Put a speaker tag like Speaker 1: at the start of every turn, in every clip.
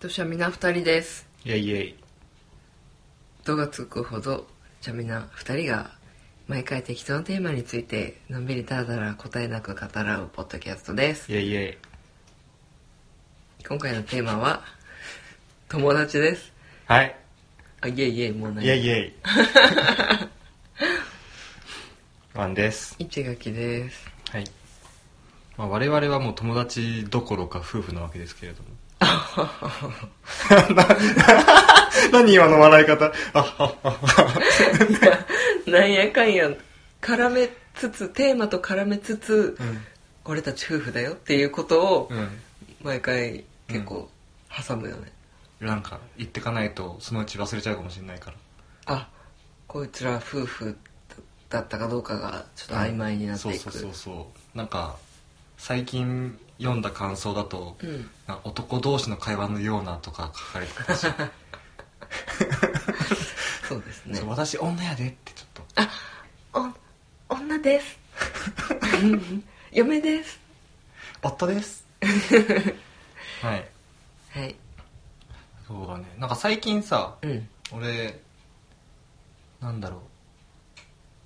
Speaker 1: とシャミナ2人です
Speaker 2: イェイイェイ
Speaker 1: 度がつくほどシャミナ2人が毎回適当なテーマについてのんびりだらだら答えなく語らうポッドキャストです
Speaker 2: イェイイェイ
Speaker 1: 今回のテーマは友達です
Speaker 2: はい
Speaker 1: あいえいえもう
Speaker 2: イ
Speaker 1: ない
Speaker 2: ェイイェイ ワンです
Speaker 1: 一垣です
Speaker 2: はい、まあ、我々はもう友達どころか夫婦なわけですけれども な 何今の笑い方あああ
Speaker 1: なんやかんや絡めつつテーマと絡めつつ、
Speaker 2: う
Speaker 1: 俺たち夫婦だよっていうことを
Speaker 2: ん、
Speaker 1: 毎回結構挟むよね、
Speaker 2: うん、なんか言ってかないとそのうち忘れちゃうかもしれないから
Speaker 1: あこいつら夫婦だったかどうかがちょっと曖昧になっていく
Speaker 2: そうそうそうそうなんか最近読んだ感想だと、
Speaker 1: うん
Speaker 2: なんか男同士の会話のようなとか書かれてた し、
Speaker 1: そうですね
Speaker 2: そう私女やでってちょっ
Speaker 1: お女です うん嫁です
Speaker 2: と夫です はい
Speaker 1: はい
Speaker 2: そうだねなんか最近さ
Speaker 1: うん
Speaker 2: 俺なんだろう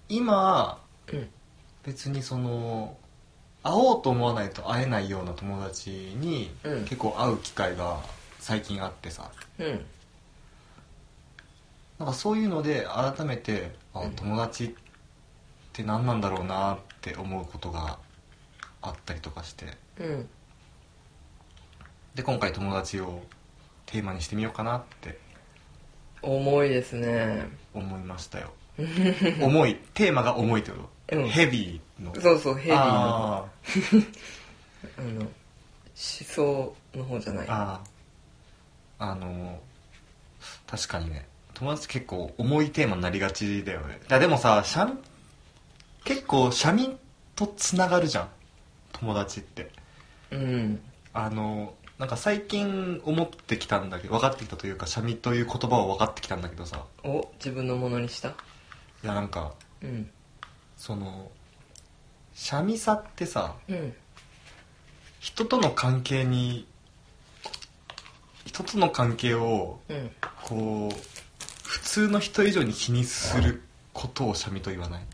Speaker 2: 今
Speaker 1: うん
Speaker 2: 別にその会おうと思わないと会えないような友達に
Speaker 1: うん
Speaker 2: 結構会う機会が最近あってさ、
Speaker 1: うん
Speaker 2: なんかそういうので改めてあ
Speaker 1: うん
Speaker 2: 友達って何なんだろうなって思うことがあったりとかして
Speaker 1: うん
Speaker 2: で今回友達をテーマにしてみようかなって
Speaker 1: 重いですね
Speaker 2: 思いまし たよ重いテーマが重いってこと、
Speaker 1: うん
Speaker 2: ヘビーの
Speaker 1: そうそうヘビーのあ
Speaker 2: あ
Speaker 1: の思想の方じゃない
Speaker 2: ーあーあの確かにね友達結構重いテーマになりがちだよねいやでもさシャミ結構社民とつながるじゃん友達って
Speaker 1: うん
Speaker 2: あのなんか最近思ってきたんだけど分かってきたというかシャミという言葉を分かってきたんだけどさ
Speaker 1: を自分のものにした
Speaker 2: いやなんか
Speaker 1: うん
Speaker 2: そのシャミさってさ
Speaker 1: うん
Speaker 2: 人との関係に人との関係を
Speaker 1: うん
Speaker 2: こう普通の人以上に気にすることをシャミと言わない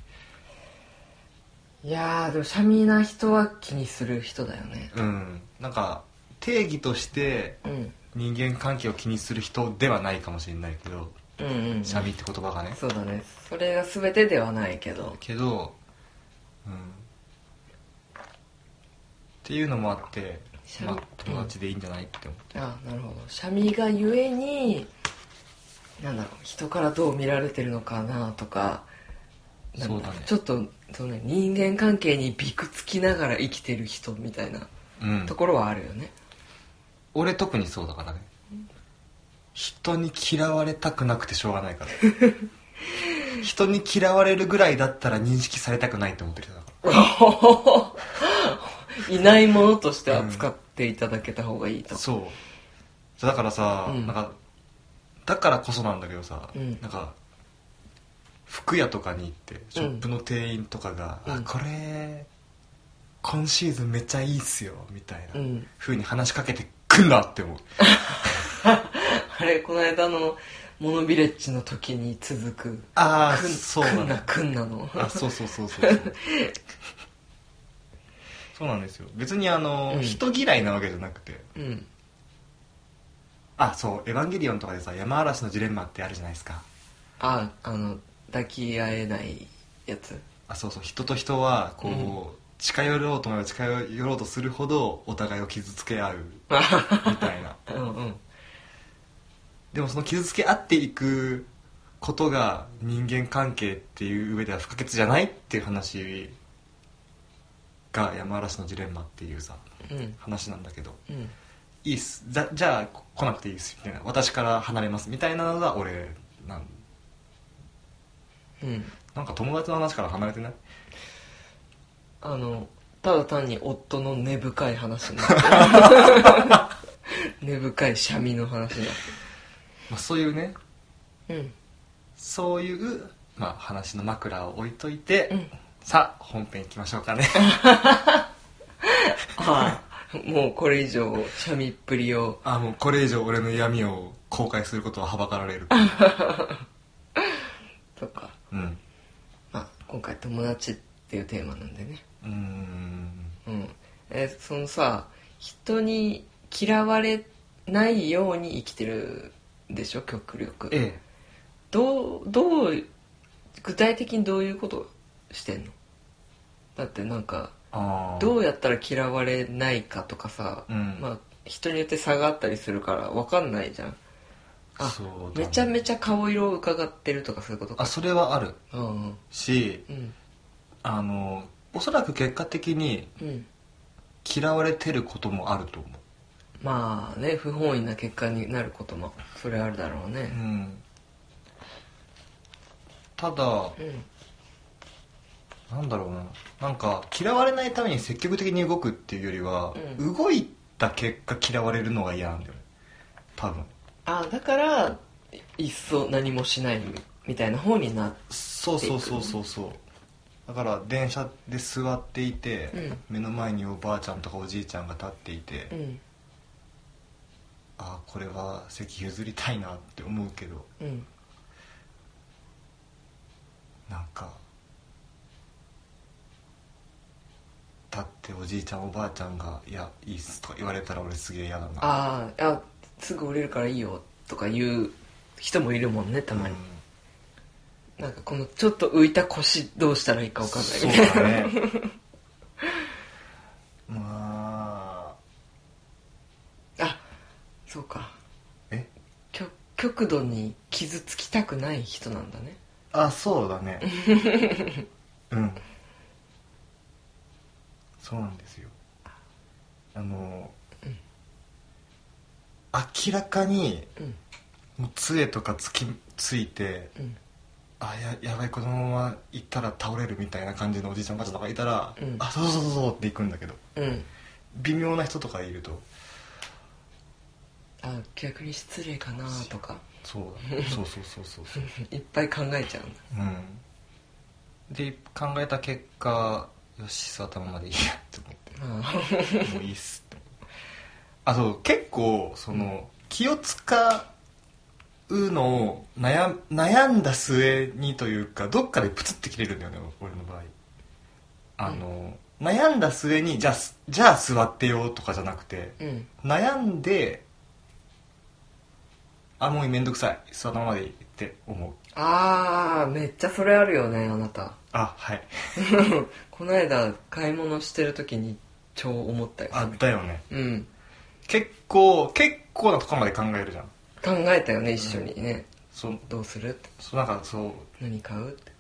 Speaker 1: いやーでもシャミな人は気にする人だよね
Speaker 2: うんなんか定義として
Speaker 1: うん
Speaker 2: 人間関係を気にする人ではないかもしれないけど
Speaker 1: うんうんうん
Speaker 2: シャミって言葉がね
Speaker 1: そうだねそれが全てではないけど
Speaker 2: けど、うん、っていうのもあって、
Speaker 1: シャミ
Speaker 2: まあ、友達でいいんじゃないって思って、
Speaker 1: あなるほどシャミがゆえになんだろう人からどう見られてるのかなとかなん
Speaker 2: そうだね
Speaker 1: ちょっとその人間関係にびくつきながら生きてる人みたいな
Speaker 2: うん
Speaker 1: と、ころはあるよね、
Speaker 2: 俺特にそうだからね人に嫌われたくなくてしょう がないから人に嫌われるぐらいだったら認識されたくないって思ってる人だか
Speaker 1: いないものとして扱っていただけた方がいいと
Speaker 2: ら、そうそうだからさ、
Speaker 1: うん
Speaker 2: なんかだからこそなんだけどさ、
Speaker 1: うん
Speaker 2: なんか服屋とかに行ってショップの店員とかが「
Speaker 1: うん
Speaker 2: あこれ今シーズンめっちゃいいっすよ」みたいな、
Speaker 1: うん
Speaker 2: ふうに話しかけてくんなって思う
Speaker 1: あれこの間のモノビレッジの時に続く
Speaker 2: ああ
Speaker 1: くん
Speaker 2: そう
Speaker 1: く
Speaker 2: だ
Speaker 1: んな
Speaker 2: ね
Speaker 1: くんなの
Speaker 2: あそうそうそうそうそう そうなんですよ別にあの、
Speaker 1: うん
Speaker 2: 人嫌いなわけじゃなくて
Speaker 1: うん
Speaker 2: あそう「エヴァンゲリオン」とかでさ山嵐のジレンマってあるじゃないですか
Speaker 1: ああの抱き合えないやつ
Speaker 2: あそうそう人と人はこう、
Speaker 1: う
Speaker 2: 近寄ろうと思えば近寄ろうとするほどお互いを傷つけ合うみたいな
Speaker 1: うんうん
Speaker 2: でもその傷つけ合っていくことが人間関係っていう上では不可欠じゃないっていう話が山嵐のジレンマっていうさ
Speaker 1: うん
Speaker 2: 話なんだけど
Speaker 1: うん
Speaker 2: いいっすじゃじゃあ来なくていいっすみたいな私から離れますみたいなのが俺なん
Speaker 1: うん
Speaker 2: なんか友達の話から離れてない
Speaker 1: あのただ単に夫の根深い話になってる根深いシャミの話になっ
Speaker 2: まあそういうね
Speaker 1: てる
Speaker 2: そういう、まあ、話の枕を置いといて、
Speaker 1: うん
Speaker 2: さあ本編いきましょうかね
Speaker 1: うんはいもうこれ以上シャミっぷりを
Speaker 2: あもうこれ以上俺の闇を公開することははばかられる
Speaker 1: とか、
Speaker 2: うん
Speaker 1: まあ、今回友達っていうテーマなんでね、
Speaker 2: うーん
Speaker 1: うん、えそのさ人に嫌われないように生きてるでしょ極力
Speaker 2: ええ
Speaker 1: どうどう具体的にどういうことしてんのだってなんか
Speaker 2: ああ
Speaker 1: どうやったら嫌われないかとかさ、
Speaker 2: うん
Speaker 1: まあ人によって差があったりするから分かんないじゃんあ
Speaker 2: そうだ
Speaker 1: め
Speaker 2: ね
Speaker 1: ちゃめちゃ顔色を伺ってるとかそういうこと
Speaker 2: あ
Speaker 1: か
Speaker 2: それはある
Speaker 1: うん
Speaker 2: し
Speaker 1: うん
Speaker 2: あのおそらく結果的に
Speaker 1: うん
Speaker 2: 嫌われてることもあると思う
Speaker 1: まあね不本意な結果になることもそれあるだろう
Speaker 2: う
Speaker 1: ね
Speaker 2: んただ
Speaker 1: うん
Speaker 2: なんだろうななんか嫌われないために積極的に動くっていうよりは、
Speaker 1: う
Speaker 2: 動いた結果嫌われるのが嫌なんだよね多分
Speaker 1: あだからいいっそ何もしないみみたいな方にな
Speaker 2: そうそうそうそうそうだから電車で座っていて、
Speaker 1: うん
Speaker 2: 目の前におばあちゃんとかおじいちゃんが立っていて、
Speaker 1: うん
Speaker 2: ああこれは席譲りたいなって思うけど
Speaker 1: うん
Speaker 2: なんかだっておじいちゃんおばあちゃんが「いやいいっす」とか言われたら俺すげえ嫌だな
Speaker 1: あーあすぐ降りるからいいよとか言う人もいるもんねたまに、
Speaker 2: うん
Speaker 1: なんかこのちょっと浮いた腰どうしたらいいか分かんないみたいな
Speaker 2: そうだねまあ
Speaker 1: あそうか
Speaker 2: え
Speaker 1: 極極度に傷つきたくない人なんだね
Speaker 2: あそうだ ねうんそうなんですよあの、明らかに
Speaker 1: うん
Speaker 2: もう杖とかつきついて
Speaker 1: うん
Speaker 2: あややばいこのまま行ったら倒れるみたいな感じのおじいちゃんおばあちゃんとかいたら、
Speaker 1: うん
Speaker 2: あそうそうそうそうって行くんだけど
Speaker 1: うん
Speaker 2: 微妙な人とかいると
Speaker 1: あ逆に失礼かなとか
Speaker 2: そうだ、ね、そうそうそうそうそう
Speaker 1: いっぱい考えちゃうんだ
Speaker 2: うんで考えた結果よし座ったままでいいやって
Speaker 1: あー
Speaker 2: 思ってもういいっすってあそう結構その気を使うのを悩悩んだ末にというかどっかでプツって切れるんだよね俺の場合あの、悩んだ末にじゃあすじゃあ座ってよとかじゃなくて
Speaker 1: うん
Speaker 2: 悩んであもうめんどくさい座ったままでいいって思う
Speaker 1: あーめっちゃそれあるよねあなた
Speaker 2: あはい
Speaker 1: この間買い物してる時に超思ったよ
Speaker 2: あだよね
Speaker 1: うん
Speaker 2: 結構結構なところまで考えるじゃん
Speaker 1: 考えたよね一緒にね、
Speaker 2: そう
Speaker 1: どうするって
Speaker 2: そうなんかそう
Speaker 1: 何買うって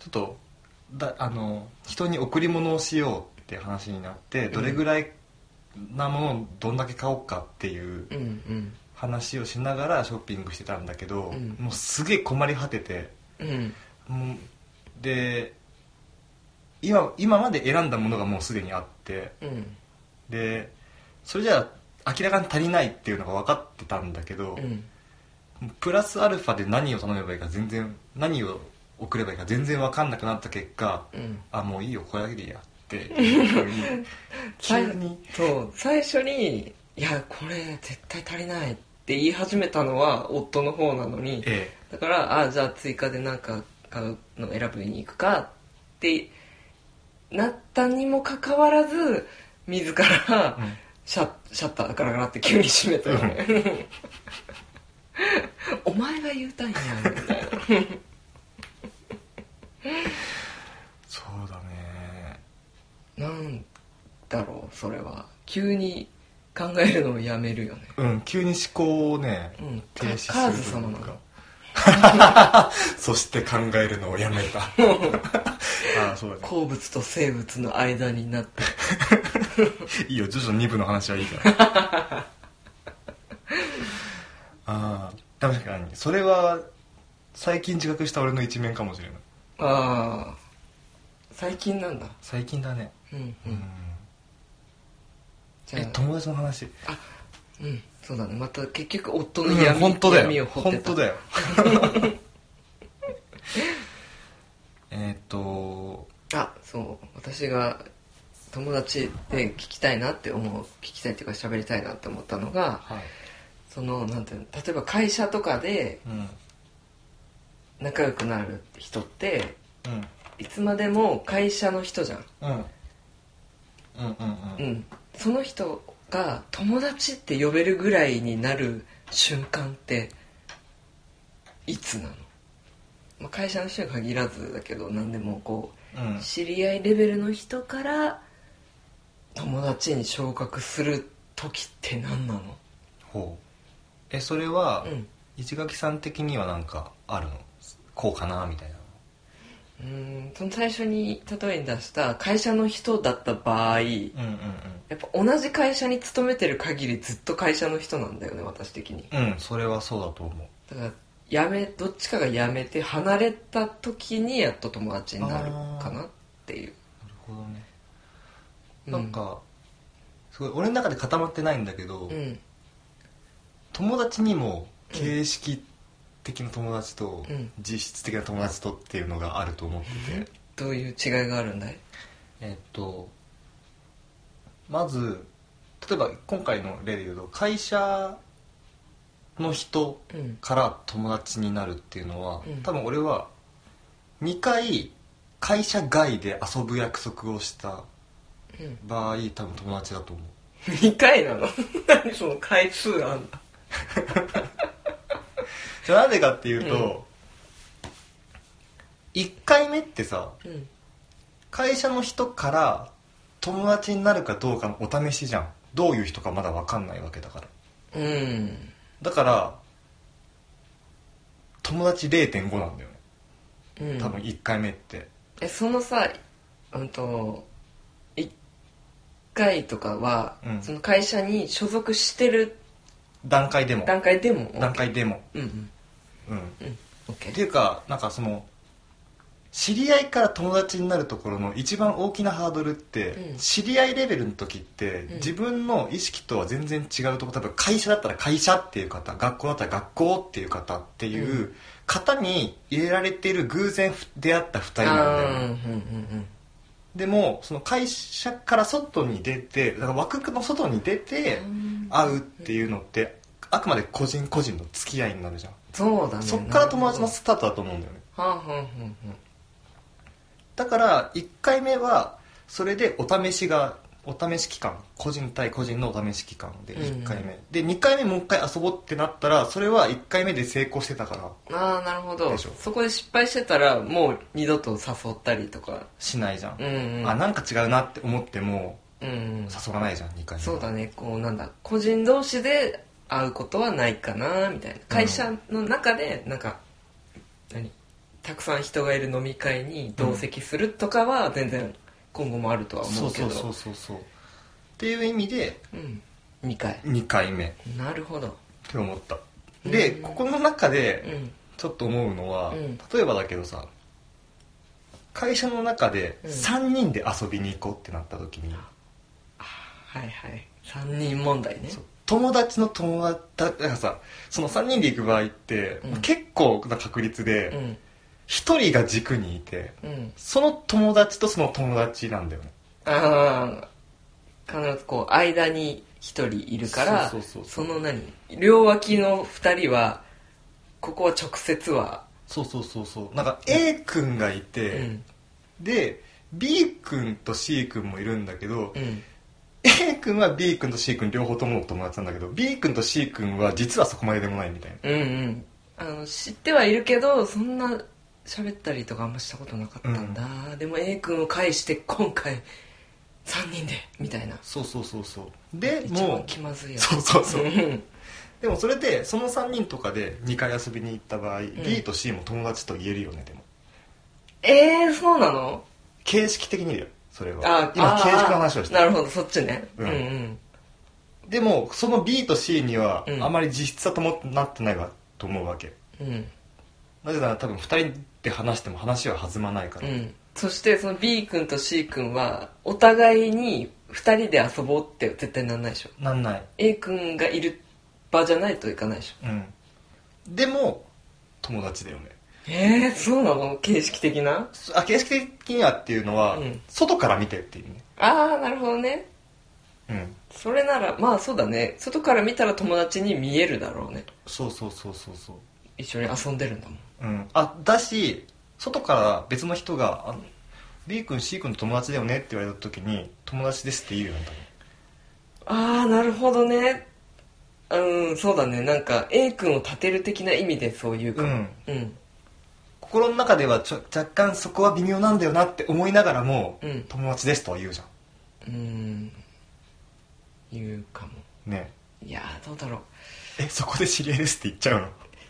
Speaker 2: ちょっとだあの人に贈り物をしようっていう話になってどれぐらいなものをどんだけ買おうかっていう
Speaker 1: うんうん
Speaker 2: 話をしながらショッピングしてたんだけど、
Speaker 1: うん
Speaker 2: もうすげえ困り果てて
Speaker 1: うん
Speaker 2: もうで今今まで選んだものがもうすでにあって
Speaker 1: うん
Speaker 2: でそれじゃあ明らかに足りないっていうのが分かってたんだけど、
Speaker 1: うん
Speaker 2: プラスアルファで何を頼めばいいか全然何を送ればいいか全然分かんなくなった結果、
Speaker 1: うん
Speaker 2: あもういいよこれだけでいいやって いうふうに急に
Speaker 1: 最そう最初に「いやこれ絶対足りない」って言い始めたのは夫の方なのに
Speaker 2: え
Speaker 1: だから「あじゃあ追加で何か買うの選びに行くか」ってなったにもかかわらず自ら
Speaker 2: うん
Speaker 1: シャ,、シャッターガラガラって急に閉めたよねお前が言うたんやみたいな
Speaker 2: そうだね
Speaker 1: なんだろうそれは急に考えるのをやめるよね
Speaker 2: うん急に思考をね、
Speaker 1: うん
Speaker 2: 停止す
Speaker 1: カーズ
Speaker 2: ると
Speaker 1: 様
Speaker 2: い
Speaker 1: な
Speaker 2: うか
Speaker 1: の
Speaker 2: そして考えるのをやめ たああそうだね
Speaker 1: 鉱物と生物の間になって
Speaker 2: いいよ徐々に2部の話はいいから ああ確かにそれは最近自覚した俺の一面かもしれない
Speaker 1: ああ最近なんだ
Speaker 2: 最近だね
Speaker 1: うんう
Speaker 2: うんん
Speaker 1: じゃあ
Speaker 2: 友達の話
Speaker 1: うんそうだねまた結局夫の
Speaker 2: うん
Speaker 1: 闇,、
Speaker 2: 本当だ
Speaker 1: 闇
Speaker 2: よ
Speaker 1: を掘って
Speaker 2: 本
Speaker 1: た
Speaker 2: 当だ よえーっと
Speaker 1: あそう私が友達で聞きたいなって思う聞きたいっていうか喋りたいなって思ったのが
Speaker 2: はい
Speaker 1: そのなんていうの例えば会社とかで
Speaker 2: うん
Speaker 1: 仲良くなる人って
Speaker 2: うん
Speaker 1: いつまでも会社の人じゃん
Speaker 2: うんうんうんう
Speaker 1: うんんその人が友達って呼べるぐらいになる瞬間っていつなの、まあ、会社の人に限らずだけど何でもこ
Speaker 2: うん
Speaker 1: う知り合いレベルの人から友達に昇格する時って何なの
Speaker 2: ほうえそれは
Speaker 1: うん
Speaker 2: 市垣さん的にはなんかあるのこうかなみたいな
Speaker 1: うーんその最初に例えに出した会社の人だった場合や
Speaker 2: うん
Speaker 1: っぱ同じ会社に勤めてる限りずっと会社の人なんだよね私的に
Speaker 2: うんうんそれはそうだと思う
Speaker 1: だから辞めどっちかが辞めて離れた時にやっと友達になるかなっていう
Speaker 2: なるほどね
Speaker 1: う
Speaker 2: なんかすごい俺の中で固まってないんだけど、
Speaker 1: うん
Speaker 2: 友達にも形式的な友達と
Speaker 1: うん
Speaker 2: 実質的な友達とっていうのがあると思ってて、
Speaker 1: どういう違いがあるんだい
Speaker 2: えっとまず例えば今回の例で言うと会社の人
Speaker 1: うん
Speaker 2: から友達になるっていうのは、
Speaker 1: うん
Speaker 2: 多分俺は2回会社外で遊ぶ約束をした
Speaker 1: うん
Speaker 2: 場合多分友達だと思う
Speaker 1: 2回なの何その回数あんだ
Speaker 2: じゃあなんでかっていうと、1回目ってさ
Speaker 1: うん
Speaker 2: 会社の人から友達になるかどうかのお試しじゃんどういう人かまだ分かんないわけだか
Speaker 1: う
Speaker 2: ら
Speaker 1: ん
Speaker 2: だから友達0.5なんだよね
Speaker 1: うん
Speaker 2: 多分1回目って、
Speaker 1: えそのさうんと1回とかは、
Speaker 2: うん
Speaker 1: その会社に所属してる
Speaker 2: 段階でも
Speaker 1: 段階でも OK
Speaker 2: 段階でも
Speaker 1: うんうん
Speaker 2: うんっ
Speaker 1: うん OK
Speaker 2: ていうかなんかその知り合いから友達になるところの一番大きなハードルって、
Speaker 1: うん
Speaker 2: 知り合いレベルの時って、
Speaker 1: うん
Speaker 2: 自分の意識とは全然違うところ例えば会社だったら会社っていう方学校だったら学校っていう方っていう、
Speaker 1: う
Speaker 2: 型に入れられている偶然出会った2人
Speaker 1: あ
Speaker 2: なんだよね、
Speaker 1: ーうんうん
Speaker 2: でもその会社から外に出てだから枠の外に出て
Speaker 1: うん
Speaker 2: 会うっていうのってあくまで個人個人の付き合いになるじゃん
Speaker 1: そうだね
Speaker 2: そっから友達の
Speaker 1: なる
Speaker 2: スタートだと思うんだよね
Speaker 1: ほどはんはんはんはん
Speaker 2: だから1回目はそれでお試しがお試し期間個人対個人のお試し期間で
Speaker 1: うん
Speaker 2: 1回目、で2回目もう1回遊ぼうってなったらそれは1回目で成功してたから
Speaker 1: ああなるほど
Speaker 2: でしょ
Speaker 1: そこで失敗してたらもう二度と誘ったりとか
Speaker 2: しないじゃん、
Speaker 1: うんうん
Speaker 2: あなんか違うなって思っても
Speaker 1: うんうん
Speaker 2: 誘わないじゃん2回目
Speaker 1: そうだねこうなんだ個人同士で会うことはないかなみたいな会社の中でなんか何たくさん人がいる飲み会に同席するとかは全然今後もあるとは
Speaker 2: そ
Speaker 1: 思
Speaker 2: う
Speaker 1: うけど
Speaker 2: そうそうそうそうっていう意味で
Speaker 1: うん2回
Speaker 2: 2回目っ
Speaker 1: なるほど
Speaker 2: て思ったで、
Speaker 1: うん
Speaker 2: ここの中
Speaker 1: う
Speaker 2: で
Speaker 1: ん
Speaker 2: ちょっと思うのは、
Speaker 1: うん
Speaker 2: 例えばだけどさ会社の中で
Speaker 1: うん
Speaker 2: 3人で遊びに行こうってなった時に、
Speaker 1: はいはい3人問題ね
Speaker 2: そう友達の友達だだからさその3人で行く場合って、
Speaker 1: うん
Speaker 2: 結構な確率
Speaker 1: う
Speaker 2: で
Speaker 1: ん
Speaker 2: 1人が軸にいて
Speaker 1: うん
Speaker 2: その友達とその友達なんだよね
Speaker 1: ああ必ずこう間に一人いるから
Speaker 2: そうそうそう
Speaker 1: その何両脇の二人はここは直接は
Speaker 2: そうそうそうそうなんか A 君がいうて、
Speaker 1: ん
Speaker 2: で B 君と C 君もいるんだけど、
Speaker 1: うん
Speaker 2: A 君は B 君と C 君両方とも友達なんだけど B 君と C 君は実はそこまででもないみたいな
Speaker 1: うんうんあの知ってはいるけどそんな喋ったりとかあんましたことなかったんだ、でも A 君を介して今回3人でみたいな
Speaker 2: そうそうそうそうで
Speaker 1: 一番
Speaker 2: も
Speaker 1: 気まずいうやつ
Speaker 2: そうそうそううんでもそれでその3人とかで2回遊びに行った場合、B と C も友達と言えるよねでも
Speaker 1: えー、そうなの
Speaker 2: 形式的にだよそれ
Speaker 1: あ
Speaker 2: は今
Speaker 1: あー
Speaker 2: 形式の話をし
Speaker 1: な
Speaker 2: た
Speaker 1: るほどそっちね、
Speaker 2: うん
Speaker 1: うんうん
Speaker 2: でもその B と C には
Speaker 1: うん
Speaker 2: あまり実質はともなってないわと思うわけ
Speaker 1: うん
Speaker 2: なぜなら多分2人で話しても話は弾まないから、
Speaker 1: うん、そしてその B 君と C 君はお互いに2人で遊ぼうって絶対なんないでしょ
Speaker 2: なんない
Speaker 1: A 君がいる場じゃないといかないでしょ
Speaker 2: うんでも友達だよね
Speaker 1: えー、そうなの形式的な
Speaker 2: あ形式的にはっていうのは、
Speaker 1: うん
Speaker 2: 外から見てっていうね
Speaker 1: ああなるほどね
Speaker 2: うん
Speaker 1: それならまあそうだね外から見たら友達に見えるだろうね
Speaker 2: そうそうそうそうそう
Speaker 1: 一緒に遊んでるんだもん
Speaker 2: うん、あだし外から別の人があ「B 君 C 君の友達だよね」って言われた時に「友達です」って言うようになっ
Speaker 1: ああなるほどねうんそうだねなんか A 君を立てる的な意味でそういう
Speaker 2: た
Speaker 1: か
Speaker 2: の、う
Speaker 1: も
Speaker 2: ん、
Speaker 1: うん
Speaker 2: 心の中ではちょ若干そこは微妙なんだよなって思いながらも「
Speaker 1: うん
Speaker 2: 友達です」とは言うじゃ
Speaker 1: うん言うかも
Speaker 2: んね
Speaker 1: いやーどうだろう
Speaker 2: えそこで知り合いですって言っちゃうの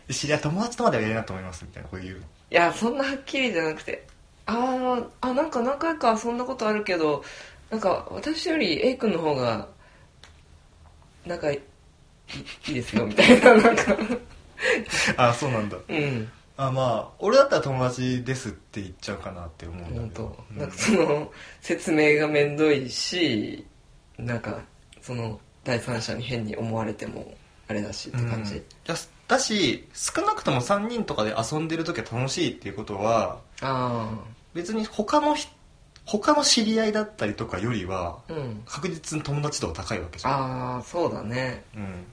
Speaker 2: え知り合い友達とまでは言えないと思いますみたいなこういう
Speaker 1: い
Speaker 2: の
Speaker 1: やそんなはっきりじゃなくてあーあなんか何回か遊んだことあるけどなんか私より A 君の方が仲いいいいですよみたいななんか
Speaker 2: あそうなんだ
Speaker 1: うん
Speaker 2: あまあ俺だったら友達ですって言っちゃうかなって思うんだけ
Speaker 1: 本
Speaker 2: ど
Speaker 1: 当
Speaker 2: うん
Speaker 1: なんかその説明がめんどいしなんかその第三者に変に思われてもあれだしって感
Speaker 2: うん
Speaker 1: じ
Speaker 2: いやだし少なくとも3人とかで遊んでる時は楽しいっていうことは
Speaker 1: あ
Speaker 2: 別に他のひ他の知り合いだったりとかよりは
Speaker 1: あうん
Speaker 2: 確実に友達度は高いわけじゃん
Speaker 1: ああそうだね
Speaker 2: うん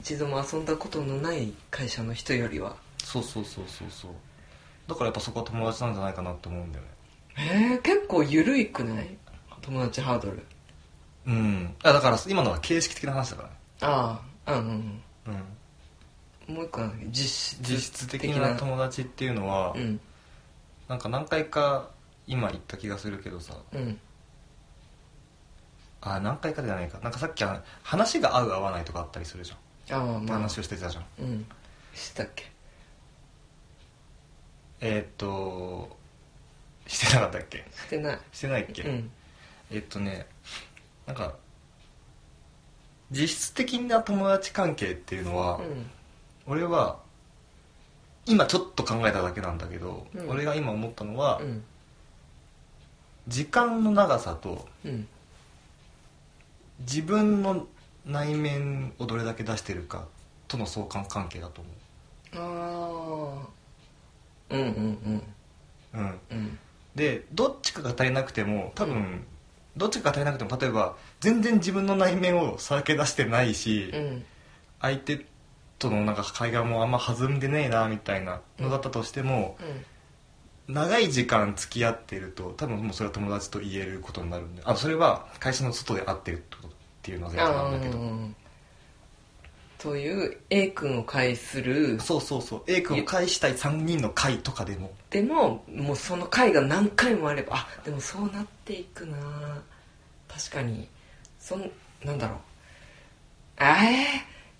Speaker 1: 一度も遊んだことのない会社の人よりは
Speaker 2: そうそうそうそうそうだからやっぱそこは友達なんじゃないかなって思うんだよね
Speaker 1: えー、結構緩いくない友達ハードル
Speaker 2: うんあだから今のは形式的な話だからね
Speaker 1: ああうん
Speaker 2: うん
Speaker 1: うんもう一個なんだっけ実質
Speaker 2: 実質的な友達っていうのは、
Speaker 1: うん
Speaker 2: なんか何回か今言った気がするけどさ
Speaker 1: うん
Speaker 2: あ何回かじゃないかなんかさっきあの話が合う合わないとかあったりするじゃん、
Speaker 1: ああまあ
Speaker 2: 話をしてたじゃん
Speaker 1: うんしたっけ
Speaker 2: えーっとしてなかったっけ
Speaker 1: してない
Speaker 2: してないっけ、
Speaker 1: うん
Speaker 2: えっとねなんか実質的な友達関係っていうのは、
Speaker 1: うん
Speaker 2: 俺は今ちょっと考えただけなんだけど、
Speaker 1: うん
Speaker 2: 俺が今思ったのは、
Speaker 1: うん
Speaker 2: 時間の長さと
Speaker 1: うん
Speaker 2: 自分の内面をどれだけ出してるかとの相関関係だと思
Speaker 1: ああうんうんうん
Speaker 2: う、うん、
Speaker 1: うん
Speaker 2: でどっちかが足りなくても多分、どっちかが足りなくても例えば全然自分の内面をさらけ出してないし、
Speaker 1: うん
Speaker 2: 相手とのなんか会話もあんま弾んでねえなみたいなのだったとしても、
Speaker 1: うん
Speaker 2: 長い時間付き合ってると多分もうそれは友達と言えることになるんであそれは会社の外で会ってるってことっていうのは絶対
Speaker 1: あ
Speaker 2: な
Speaker 1: あ
Speaker 2: んだけど、
Speaker 1: という A 君を介する
Speaker 2: そうそうそう A 君を介したい3人の会とかでも
Speaker 1: でももうその回が何回もあればあでもそうなっていくな確かにそんなんだろうあえ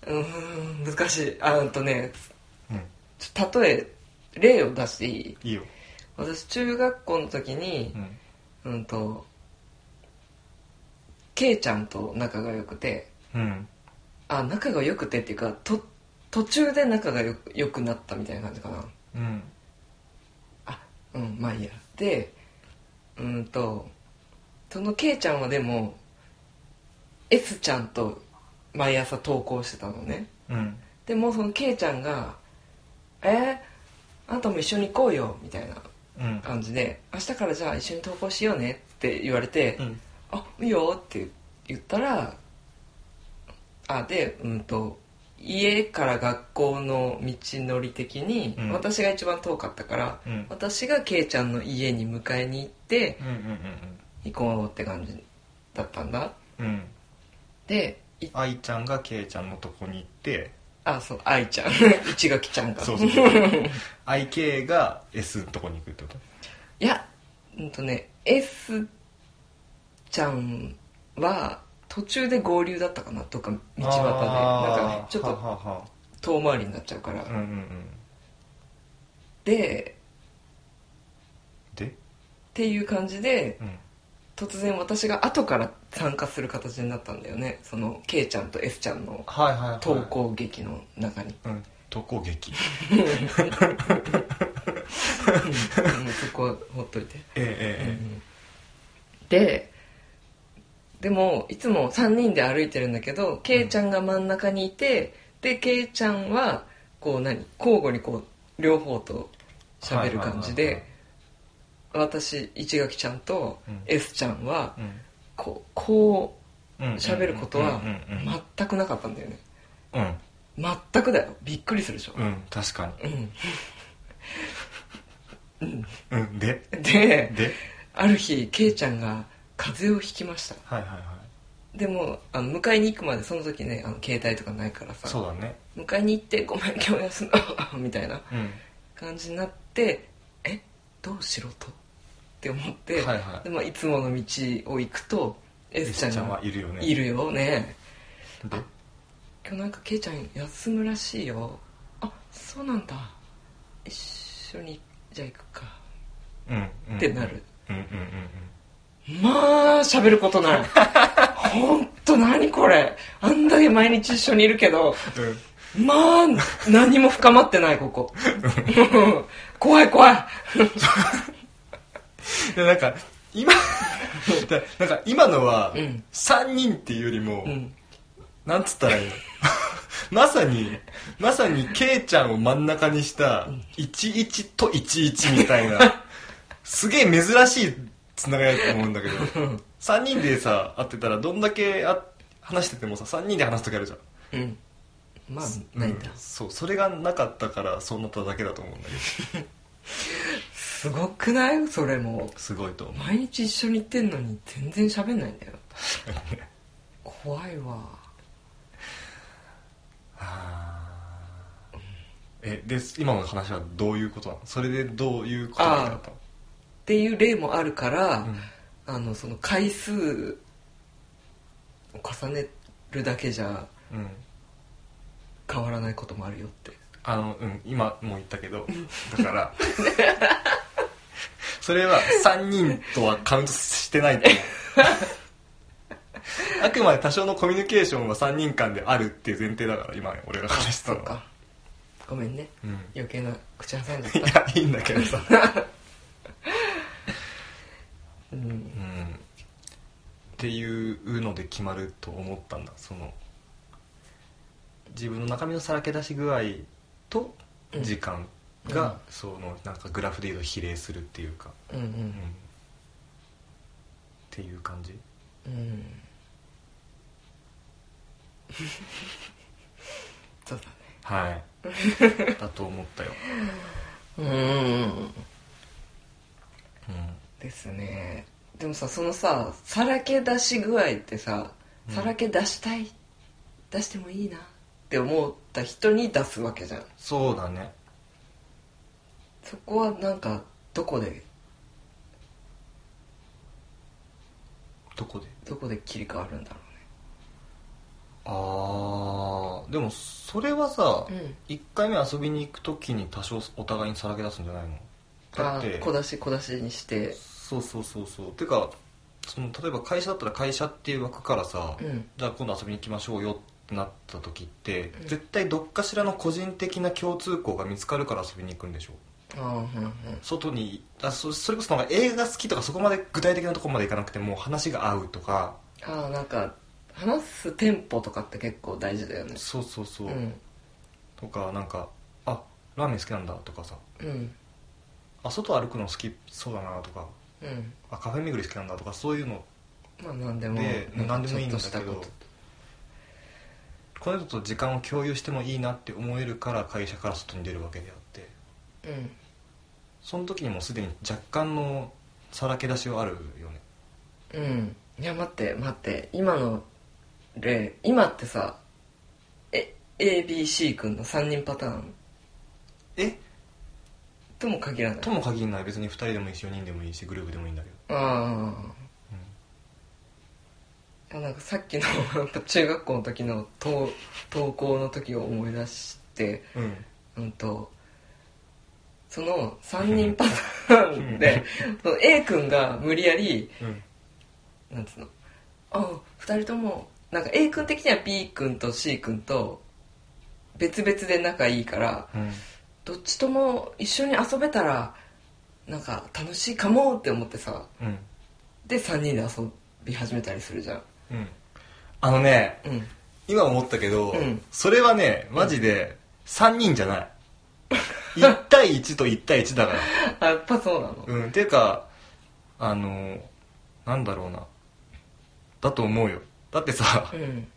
Speaker 1: ー、うーん難しいあうんとね
Speaker 2: うん
Speaker 1: ちょ例え例を出していい
Speaker 2: いいよ、
Speaker 1: 私中学校の時に
Speaker 2: うん、
Speaker 1: うんとケイちゃんと仲が良くて
Speaker 2: うん
Speaker 1: あ仲が良くてっていうかと途中で仲がよ良くなったみたいな感じかな
Speaker 2: うん
Speaker 1: あうんまあいいやでうんとそのケイちゃんはでも S ちゃんと毎朝投稿してたのね
Speaker 2: うん
Speaker 1: でもそのケイちゃんが「えー、あんたも一緒に行こうよ」みたいな
Speaker 2: うん
Speaker 1: 感じで「明日からじゃあ一緒に投稿しようね」って言われて「
Speaker 2: うん
Speaker 1: あいいよ」って言ったらあでうんと家から学校の道のり的に、
Speaker 2: うん
Speaker 1: 私が一番遠かったから、
Speaker 2: うん
Speaker 1: 私がケイちゃんの家に迎えに行って
Speaker 2: うんうん
Speaker 1: 行こうって感じだったんだ
Speaker 2: うんうん
Speaker 1: でい
Speaker 2: 愛ちゃんが K ちゃんのとこに行って
Speaker 1: あそう愛ちゃん 一垣ちゃんが
Speaker 2: そうそう IK が S のとこに行くってこと
Speaker 1: いやうんとね S ちゃんは途中で合流だったかなとか道端でなんかちょっ
Speaker 2: は
Speaker 1: と
Speaker 2: はは
Speaker 1: 遠回りになっちゃうから、
Speaker 2: うんうんうん
Speaker 1: で
Speaker 2: で、
Speaker 1: っていう感じで
Speaker 2: うん、
Speaker 1: 突然私が後から参加する形になったんだよねその K ちゃんと S ちゃんの
Speaker 2: はいはい、はい、
Speaker 1: 登校劇の中 に、
Speaker 2: うん投稿劇
Speaker 1: うんそこはほっといて、
Speaker 2: えええ
Speaker 1: ででもいつも3人で歩いてるんだけど K ちゃんが真ん中にいて、で K ちゃんはこう何交互にこう両方と喋る感じ
Speaker 2: はいはい
Speaker 1: で私一垣ちゃんと
Speaker 2: うん
Speaker 1: S ちゃんは
Speaker 2: えええ
Speaker 1: こうこ
Speaker 2: うん
Speaker 1: 喋ることは
Speaker 2: うん
Speaker 1: う
Speaker 2: うん
Speaker 1: 全くなかったんだよね
Speaker 2: うんうん
Speaker 1: 全くだよびっくりするでしょ
Speaker 2: うん確か
Speaker 1: うん、
Speaker 2: にうんで
Speaker 1: で
Speaker 2: で
Speaker 1: ある日ケイちゃんが風邪をひきました
Speaker 2: はいはいはい
Speaker 1: でもあの迎えに行くまでその時ねあの携帯とかないからさ
Speaker 2: そうだね
Speaker 1: 迎えに行って「ごめん今日休んだわ」みたいな
Speaker 2: うん
Speaker 1: 感じになって「えどうしろと?」って思って、
Speaker 2: はいはい
Speaker 1: でまあ、いつもの道を行くと S ちゃん
Speaker 2: ちゃん
Speaker 1: が
Speaker 2: はいるよね
Speaker 1: いるよね
Speaker 2: で
Speaker 1: 今日なんかケイちゃん休むらしいよあそうなんだ一緒にじゃあ行くか
Speaker 2: うんうん
Speaker 1: ってなる、
Speaker 2: うんうんうん
Speaker 1: まあ喋ること ないほんと何これあんだけ毎日一緒にいるけど
Speaker 2: うんうん
Speaker 1: まあ何も深まってないこ こ怖い怖い
Speaker 2: でなんか今 だなんか今のは
Speaker 1: うん
Speaker 2: 3人っていうよりも、
Speaker 1: うん
Speaker 2: なんつったらいいの まさにまさにケイちゃんを真ん中にした11と11みたいなすげえ珍しいつながりだと思うんだけど
Speaker 1: うん
Speaker 2: 3人でさ会ってたらどんだけあ話しててもさ3人で話すときあるじゃ
Speaker 1: う
Speaker 2: ん
Speaker 1: んまあ
Speaker 2: うん
Speaker 1: ないんだ、
Speaker 2: そうそれがなかったからそうなっただけだと思うんだけど
Speaker 1: すごくないそれも
Speaker 2: すごいと思う
Speaker 1: 毎日一緒に行ってんのに全然喋んない んだよ怖いわ
Speaker 2: えで今の話はどういうことなのそれでどういうことになった
Speaker 1: っ
Speaker 2: の
Speaker 1: ていう例もあるから、
Speaker 2: うん
Speaker 1: あのその回数を重ねるだけじゃ
Speaker 2: うん
Speaker 1: 変わらないこともあるよって
Speaker 2: あの、うん、今も言ったけど、だから、 それは3人とはカウントしてないと思う。 あくまで多少のコミュニケーションは3人間であるっていう前提だから、今俺が話した
Speaker 1: そ
Speaker 2: の
Speaker 1: う
Speaker 2: は。
Speaker 1: かごめんね
Speaker 2: うん。
Speaker 1: 余計な口挟んじゃっ
Speaker 2: い
Speaker 1: た
Speaker 2: や、いいんだけどさ。
Speaker 1: うん
Speaker 2: うん。っていうので決まると思ったんだ、その、自分の中身のさらけ出し具合と
Speaker 1: うん
Speaker 2: 時間
Speaker 1: うん
Speaker 2: が、その、なんかグラフで言うと比例するっていうか。
Speaker 1: うんうん
Speaker 2: っていう感じ
Speaker 1: うん そう
Speaker 2: はい だと思ったよ、
Speaker 1: だねうんうん
Speaker 2: うん、
Speaker 1: ですねでもさそのささらけ出し具合ってさ
Speaker 2: うん
Speaker 1: さらけ出したい、出してもいいなって思った人に出すわけじゃん
Speaker 2: そうだね
Speaker 1: そこはなんかどこで
Speaker 2: どこで
Speaker 1: どこで切り替わるんだろ
Speaker 2: ああでもそれはさ、
Speaker 1: うね
Speaker 2: 一1回目遊びに行く時に多少お互いにさらけ出すんじゃないの
Speaker 1: うん
Speaker 2: だ
Speaker 1: あ
Speaker 2: って
Speaker 1: 小出し小出しにして
Speaker 2: そうそうそうそうてかその例えば会社だったら会社っていう枠からさ、
Speaker 1: うん
Speaker 2: じゃあ今度遊びに行きましょうよってなった時って、
Speaker 1: うん
Speaker 2: 絶対どっかしらの個人的な共通項が見つかるから遊びに行くんでしょ
Speaker 1: ああうんうん
Speaker 2: 外にあそそれこそなんか映画が好きとかそこまで具体的なところまでいかなくても話が合うとか
Speaker 1: ああなんか話すテンポとかって結構大事だよね
Speaker 2: そうそうそう、
Speaker 1: うん
Speaker 2: とかなんかあラーメン好きなんだとかさ
Speaker 1: うん
Speaker 2: あ外歩くの好きそうだなとか
Speaker 1: うん
Speaker 2: あカフェ巡り好きなんだとかそういうの
Speaker 1: まあ何でも
Speaker 2: で何でもいいんだ
Speaker 1: ちょっと
Speaker 2: け
Speaker 1: したこ
Speaker 2: ど
Speaker 1: と
Speaker 2: この人と時間を共有してもいいなって思えるから会社から外に出るわけであって
Speaker 1: うん
Speaker 2: その時にもうすでに若干のさらけ出しはあるよね
Speaker 1: うんいや待って待って今の例今ってさえ ABC 君の3人パターン
Speaker 2: え
Speaker 1: とも限らない
Speaker 2: とも限らない別に2人でもいいし4人でもいいしグループでもいいんだけど
Speaker 1: ああ、なんかさっきの なんか中学校の時の登登校の時を思い出して
Speaker 2: うん
Speaker 1: うんとその3人パターンでその A 君が無理やり
Speaker 2: うん
Speaker 1: なんつうのああ2人ともなんか A 君的には B 君と C 君と別々で仲いいから
Speaker 2: うん
Speaker 1: どっちとも一緒に遊べたらなんか楽しいかもって思ってさ
Speaker 2: うん
Speaker 1: で3人で遊び始めたりするじゃん
Speaker 2: うんあのね
Speaker 1: うん
Speaker 2: 今思ったけど、
Speaker 1: うん
Speaker 2: それはねマジで3人じゃない1対1と1対1だから
Speaker 1: あやっぱそうなの
Speaker 2: うんていうかあのなんだろうなだと思うよだってさ
Speaker 1: うん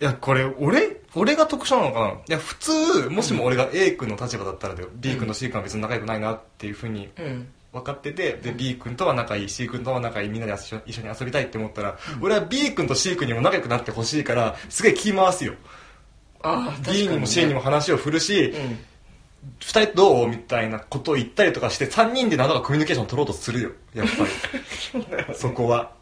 Speaker 2: いやこれ俺俺が特殊なのかないや普通もしも俺が A 君の立場だったらだよ B 君と C 君は別に仲良くないなっていうふうに
Speaker 1: うん
Speaker 2: 分かっててで B 君とは仲いい C 君とは仲いいみんなで一緒一緒に遊びたいって思ったら、俺は B 君と C 君にも仲良くなってほしいからすげえ気回すよ
Speaker 1: ああ確かに、ね、
Speaker 2: B にも C にも話を振るし、
Speaker 1: うん
Speaker 2: 二人どうみたいなことを言ったりとかして3人でなんとかコミュニケーション取ろうとするよやっぱ りそこは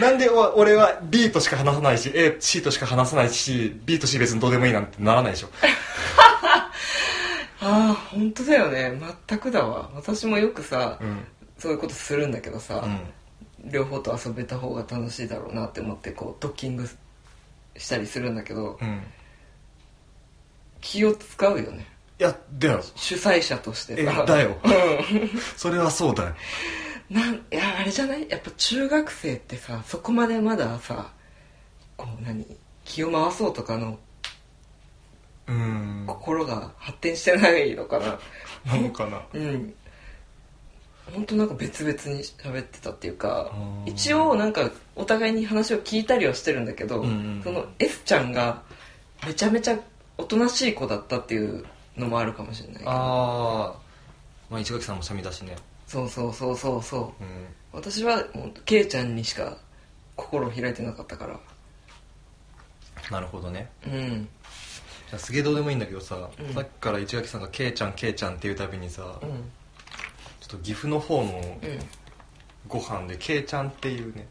Speaker 2: なんでお俺は B としか話さないし AC としか話さないし B と C 別にどうでもいいなんてならないでしょ
Speaker 1: ああ本当だよね全くだわ私もよくさ、
Speaker 2: うん
Speaker 1: そういうことするんだけどさ、
Speaker 2: うん
Speaker 1: 両方と遊べた方が楽しいだろうなって思ってこうドッキングしたりするんだけど、
Speaker 2: うん
Speaker 1: 気を使うよね
Speaker 2: いやだよ
Speaker 1: 主催者として
Speaker 2: え
Speaker 1: さ
Speaker 2: だよそれはそうだよ
Speaker 1: なんいやあれじゃないやっぱ中学生ってさそこまでまださこう何気を回そうとかの
Speaker 2: うん
Speaker 1: 心が発展してないのかな
Speaker 2: なのかな
Speaker 1: うん本当なんか別々に喋ってたっていうか
Speaker 2: あー
Speaker 1: 一応なんかお互いに話を聞いたりはしてるんだけど、
Speaker 2: うんうん
Speaker 1: その S ちゃんがめちゃめちゃおとなしい子だったっていうのもあるかもしれないけど
Speaker 2: ああまあ市垣さんもシャミだしね
Speaker 1: そうそうそうそうそう
Speaker 2: うん
Speaker 1: 私はもうケイちゃんにしか心を開いてなかったから
Speaker 2: なるほどね
Speaker 1: うん
Speaker 2: じゃあすげえどうでもいいんだけどさ、
Speaker 1: うん
Speaker 2: さっきから市垣さんが「ケイちゃんケイちゃん」っていうたびにさ、
Speaker 1: う
Speaker 2: ちょ
Speaker 1: ん
Speaker 2: っと岐阜の方の
Speaker 1: うん
Speaker 2: ご飯でケイちゃんっていうね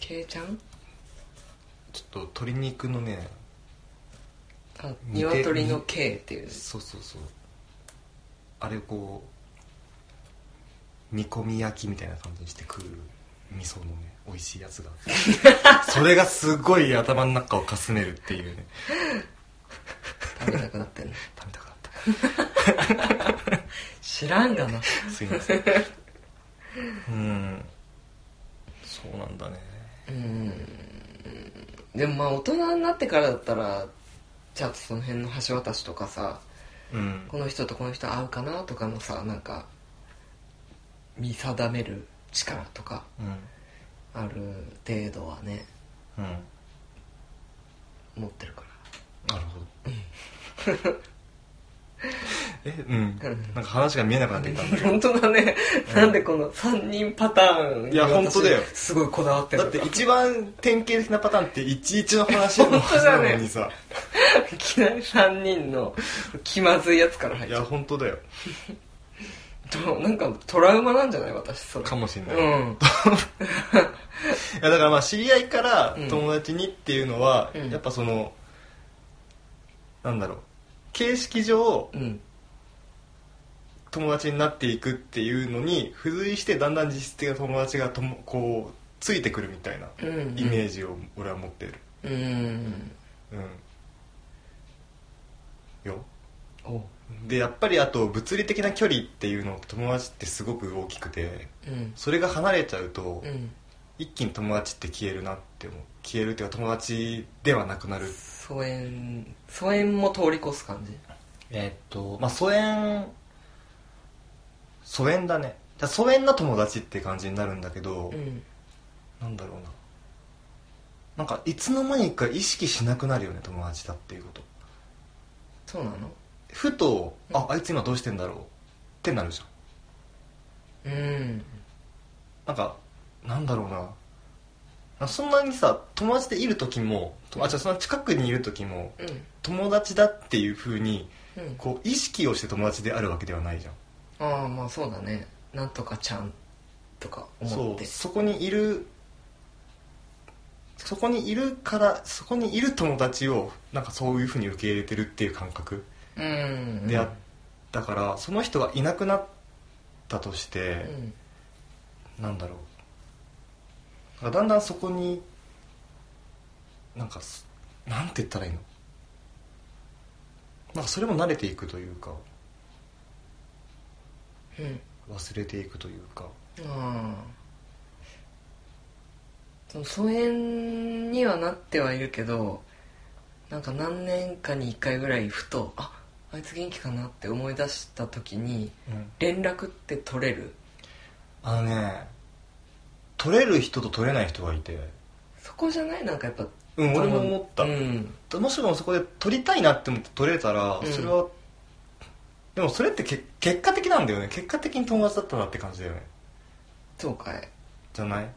Speaker 1: ケイちゃん
Speaker 2: ちょっと鶏肉のね
Speaker 1: あ
Speaker 2: 似て
Speaker 1: 鶏のケイっていう
Speaker 2: そうそうそうあれをこう煮込み焼きみたいな感じにして食う味噌のね美味しいやつが それがすごい頭の中をかすめるっていうね
Speaker 1: 食べたくなってるの
Speaker 2: 食べたくなった
Speaker 1: 知らんがな
Speaker 2: すいませんうんそうなんだね
Speaker 1: うんでもまあ大人になってからだったらちゃんとその辺の橋渡しとかさ
Speaker 2: うん
Speaker 1: この人とこの人合うかなとかのさなんか見定める力とか
Speaker 2: うん
Speaker 1: ある程度はね
Speaker 2: うん
Speaker 1: 持ってるか
Speaker 2: なるほど えうん
Speaker 1: うん
Speaker 2: なんか話が見えなくなってきたんだ
Speaker 1: ら
Speaker 2: け
Speaker 1: 本当だね、なんでこの3人パターンに
Speaker 2: いや
Speaker 1: 私
Speaker 2: 本当だよ
Speaker 1: すごいこだわって
Speaker 2: ど
Speaker 1: る
Speaker 2: だって一番典型的なパターンって11の話の
Speaker 1: 本
Speaker 2: は
Speaker 1: 当
Speaker 2: ず
Speaker 1: だ
Speaker 2: な
Speaker 1: ね
Speaker 2: のにさ、
Speaker 1: いきなり3人の気まずいやつから入っ
Speaker 2: い
Speaker 1: ちゃ
Speaker 2: や
Speaker 1: う
Speaker 2: 本当だよ
Speaker 1: となんかトラウマなんじゃない私それ
Speaker 2: かもしんない,、
Speaker 1: う
Speaker 2: い
Speaker 1: ん
Speaker 2: やだからまあ知り合いから
Speaker 1: うん
Speaker 2: 友達にっていうのは、
Speaker 1: うん
Speaker 2: やっぱそのなんだろう形式上
Speaker 1: うん
Speaker 2: 友達になっていくっていうのに付随してだんだん実質的な友達がともこうついてくるみたいな
Speaker 1: うん
Speaker 2: イメージを俺は持ってる
Speaker 1: うん
Speaker 2: うんよ
Speaker 1: お
Speaker 2: でやっぱりあと物理的な距離っていうの友達ってすごく大きくて
Speaker 1: うん
Speaker 2: それが離れちゃうと、
Speaker 1: うん
Speaker 2: 一気に友達って消えるなって思う消えるっていうか友達ではなくなる
Speaker 1: 疎遠疎遠も通り越す感じ
Speaker 2: えーっとまあ疎遠疎遠だねだ疎遠な友達って感じになるんだけど、
Speaker 1: うん
Speaker 2: なんだろうななんかいつの間にか意識しなくなるよね友達だっていうこと
Speaker 1: そうなの
Speaker 2: ふとああいつ今どうしてんだろうってなるじゃん
Speaker 1: うん
Speaker 2: なんかなんだろうなあそんなにさ友達でいる時もとあじゃあその近くにいる時も
Speaker 1: うん
Speaker 2: 友達だっていう風に
Speaker 1: うん
Speaker 2: こう意識をして友達であるわけではないじゃん
Speaker 1: ああまあそうだねなんとかちゃんとか思っ
Speaker 2: そ
Speaker 1: て
Speaker 2: うそこにいるそこにいるからそこにいる友達をなんかそういう風に受け入れてるっていう感覚
Speaker 1: うん
Speaker 2: であだからその人がいなくなったと
Speaker 1: う
Speaker 2: して、
Speaker 1: ん
Speaker 2: なんだろうだんだんそこになんかすなんて言ったらいいのなんかそれも慣れていくというか
Speaker 1: うん
Speaker 2: 忘れていくというか
Speaker 1: ああその疎遠にはなってはいるけどなんか何年かに1回ぐらいふとああいつ元気かなって思い出した時に連絡って取れる
Speaker 2: あのね取れる人と取れない人がいて
Speaker 1: そこじゃないなんかやっぱ
Speaker 2: うん俺も思った、
Speaker 1: うん
Speaker 2: もしもそこで取りたいなって思って取れたら
Speaker 1: うん
Speaker 2: それは、でもそれってけ結果的なんだよね結果的に友達だったなって感じだよね
Speaker 1: そうかい
Speaker 2: じゃない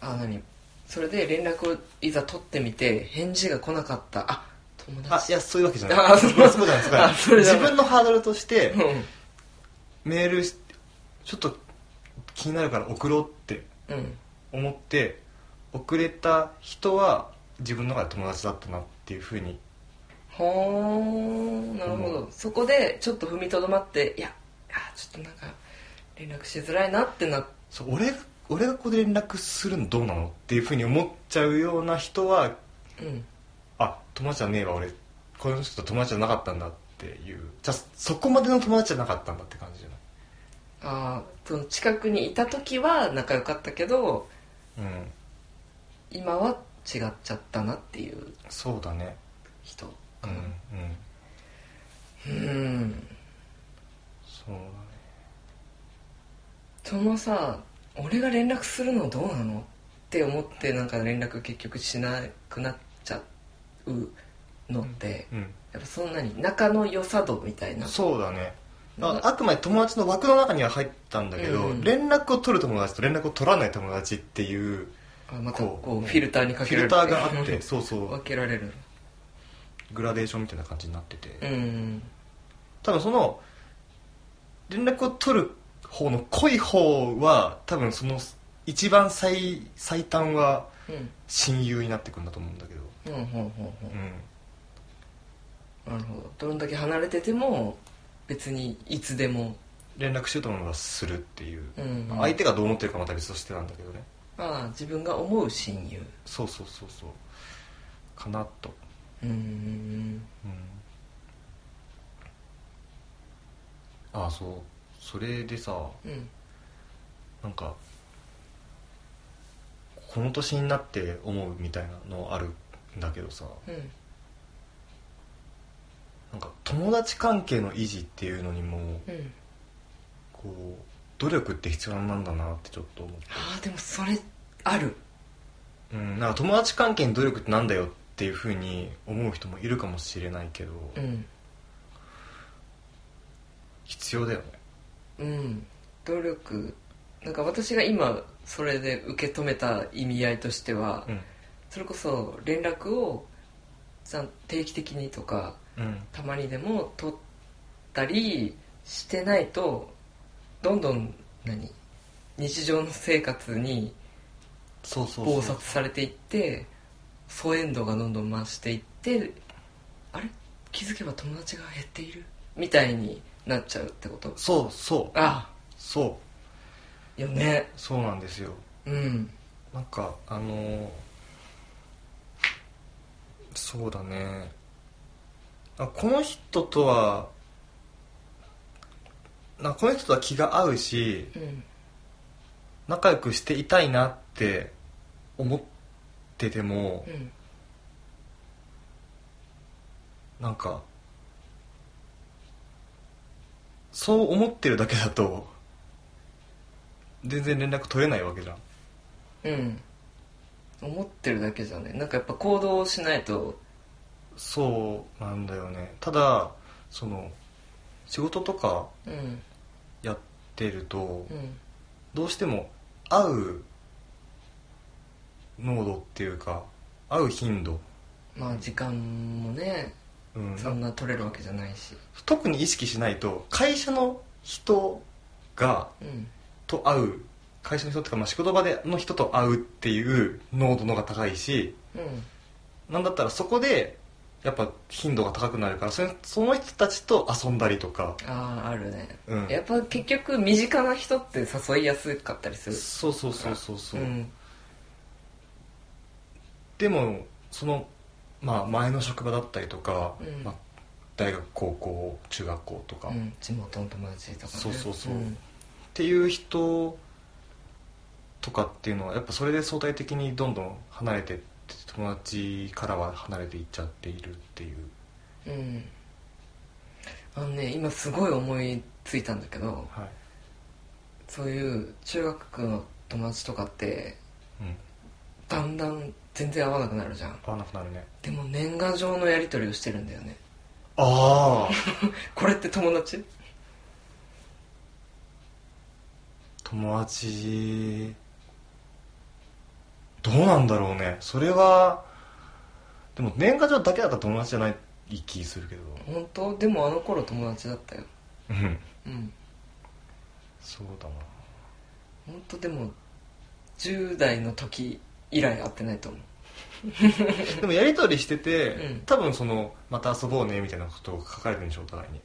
Speaker 1: あ何それで連絡をいざ取ってみて返事が来なかったあ友
Speaker 2: あい
Speaker 1: 達
Speaker 2: やそういうわけじゃない
Speaker 1: あ
Speaker 2: そ
Speaker 1: そう
Speaker 2: うそうじゃないそうじゃない
Speaker 1: あそれじゃ
Speaker 2: 自
Speaker 1: ない
Speaker 2: 分のハードルとして
Speaker 1: う
Speaker 2: メールしちょっと気になるから送ろうって
Speaker 1: んうん
Speaker 2: 思って遅れた人は自分の中で友達だったなっていうふうに
Speaker 1: ほーなるほど、
Speaker 2: う
Speaker 1: そこでちょっと踏みとどまっていやあちょっとなんか連絡しづらいなってな
Speaker 2: そう俺が俺がここで連絡するのどうなのっていうふうに思っちゃうような人は
Speaker 1: うん
Speaker 2: あ友達じゃねえわ俺この人と友達じゃなかったんだっていうじゃあそこまでの友達じゃなかったんだって感じじゃ
Speaker 1: あーその近くにいた時は仲良かったけど
Speaker 2: ないうん
Speaker 1: 今は違っちゃったなっていう
Speaker 2: そうだね
Speaker 1: 人
Speaker 2: う
Speaker 1: か
Speaker 2: んうん
Speaker 1: なうん
Speaker 2: そうだね
Speaker 1: そのさ俺が連絡するのどうなのって思ってなんか連絡結局しなくなっちゃうのって、
Speaker 2: うん
Speaker 1: やっぱそんなに仲の良さ度みたいな
Speaker 2: そうだね
Speaker 1: う
Speaker 2: あ
Speaker 1: ん
Speaker 2: あくまで友達の枠の中には入ったんだけど、
Speaker 1: うん
Speaker 2: 連絡を取る友達と連絡を取らない友達っていう
Speaker 1: あまた
Speaker 2: こう
Speaker 1: こうフィルターにか
Speaker 2: フ
Speaker 1: け
Speaker 2: ィ
Speaker 1: られ
Speaker 2: ル
Speaker 1: て
Speaker 2: ターがあってそうそ
Speaker 1: 分
Speaker 2: う
Speaker 1: けられる
Speaker 2: グラデーションみたいな感じになってて、
Speaker 1: うん
Speaker 2: 多分その連絡を取る方の濃い方は多分その一番最最短は
Speaker 1: うん
Speaker 2: 親友になってくるんだと思うんだけど、
Speaker 1: ほうほうほうほ
Speaker 2: うん、
Speaker 1: うなるほどどんだけ離れてても別にいつでも、
Speaker 2: 連絡しようと思えばするっていう、
Speaker 1: うん、
Speaker 2: 相手がどう思ってるかまた別としてなんだけどね
Speaker 1: ああ自分が思う親友
Speaker 2: そうそうそうそうかなと、
Speaker 1: うん
Speaker 2: うん、ああそうそれでさ、
Speaker 1: うん
Speaker 2: なんかこの年になって思うみたいなのあるんだけどさ
Speaker 1: うん
Speaker 2: なんか友達関係の維持っていうのにも
Speaker 1: うん
Speaker 2: こう努力って必要なんだなってちょっと思って、
Speaker 1: ああでもそれある
Speaker 2: うん、なんか友達関係に努力ってなんだよっていうふうに思う人もいるかもしれないけど、
Speaker 1: うん
Speaker 2: 必要だよね
Speaker 1: うん努力なんか私が今それで受け止めた意味合いとしては、それこそ連絡をさ定期的にとか
Speaker 2: うんうん
Speaker 1: たまにでも取ったりしてないとどんどん何日常の生活に
Speaker 2: そうそう
Speaker 1: 暴
Speaker 2: そう
Speaker 1: 殺されていって疎遠度がどんどん増していってあれ気づけば友達が減っているみたいになっちゃうってこと
Speaker 2: そうそう
Speaker 1: あ
Speaker 2: そう
Speaker 1: よね
Speaker 2: そうなんですよ
Speaker 1: うん
Speaker 2: なんかあのーそうだねあこの人とはなこの人とは気が合うし
Speaker 1: うん
Speaker 2: 仲良くしていたいなって思ってても
Speaker 1: うん
Speaker 2: なんかそう思ってるだけだと全然連絡取れないわけじゃん
Speaker 1: うん思ってるだけじゃないなんかやっぱ行動をしないと
Speaker 2: そうなんだよねただその仕事とか
Speaker 1: うん
Speaker 2: やってると
Speaker 1: うん
Speaker 2: どうしても会う濃度っていうか会う頻度、
Speaker 1: まあ時間もね
Speaker 2: うん、
Speaker 1: そんな取れるわけじゃないし
Speaker 2: 特に意識しないと会社の人が
Speaker 1: うん
Speaker 2: と会う会社の人とか、まあ、仕事場での人と会うっていう濃度の方が高いし
Speaker 1: うん
Speaker 2: なんだったらそこでやっぱ頻度が高くなるからそれその人たちと遊んだりとか、
Speaker 1: あああるね、
Speaker 2: うん、
Speaker 1: やっぱ結局身近な人って誘いやすかったりする
Speaker 2: そうそうそうそうそう、
Speaker 1: ん
Speaker 2: でもその、まあ、前の職場だったりとか、
Speaker 1: うん
Speaker 2: まあ、大学高校中学校とか、
Speaker 1: う
Speaker 2: っ
Speaker 1: ん、地元の友達とか、ね、
Speaker 2: そうそうそうんていう人とかっていうのはやっぱそれで相対的にどんどん離れてって友達からは離れていっちゃっているっていう
Speaker 1: うんあのね今すごい思いついたんだけど
Speaker 2: はい
Speaker 1: そういう中学の友達とかって
Speaker 2: うん
Speaker 1: だんだん全然会わなくなるじゃん
Speaker 2: 合わなくなるね
Speaker 1: でも年賀状のやり取りをしてるんだよね
Speaker 2: ああ
Speaker 1: これって友達
Speaker 2: 友達どうなんだろうねそれはでも年賀状だけだったら友達じゃない気するけど
Speaker 1: 本当でもあの頃友達だったよ
Speaker 2: うん
Speaker 1: うん
Speaker 2: そうだな
Speaker 1: 本当でも10代の時以来会ってないと思う
Speaker 2: でもやり取りしてて、
Speaker 1: うん
Speaker 2: 多分そのまた遊ぼうねみたいなことが書かれてるんでしょお互いに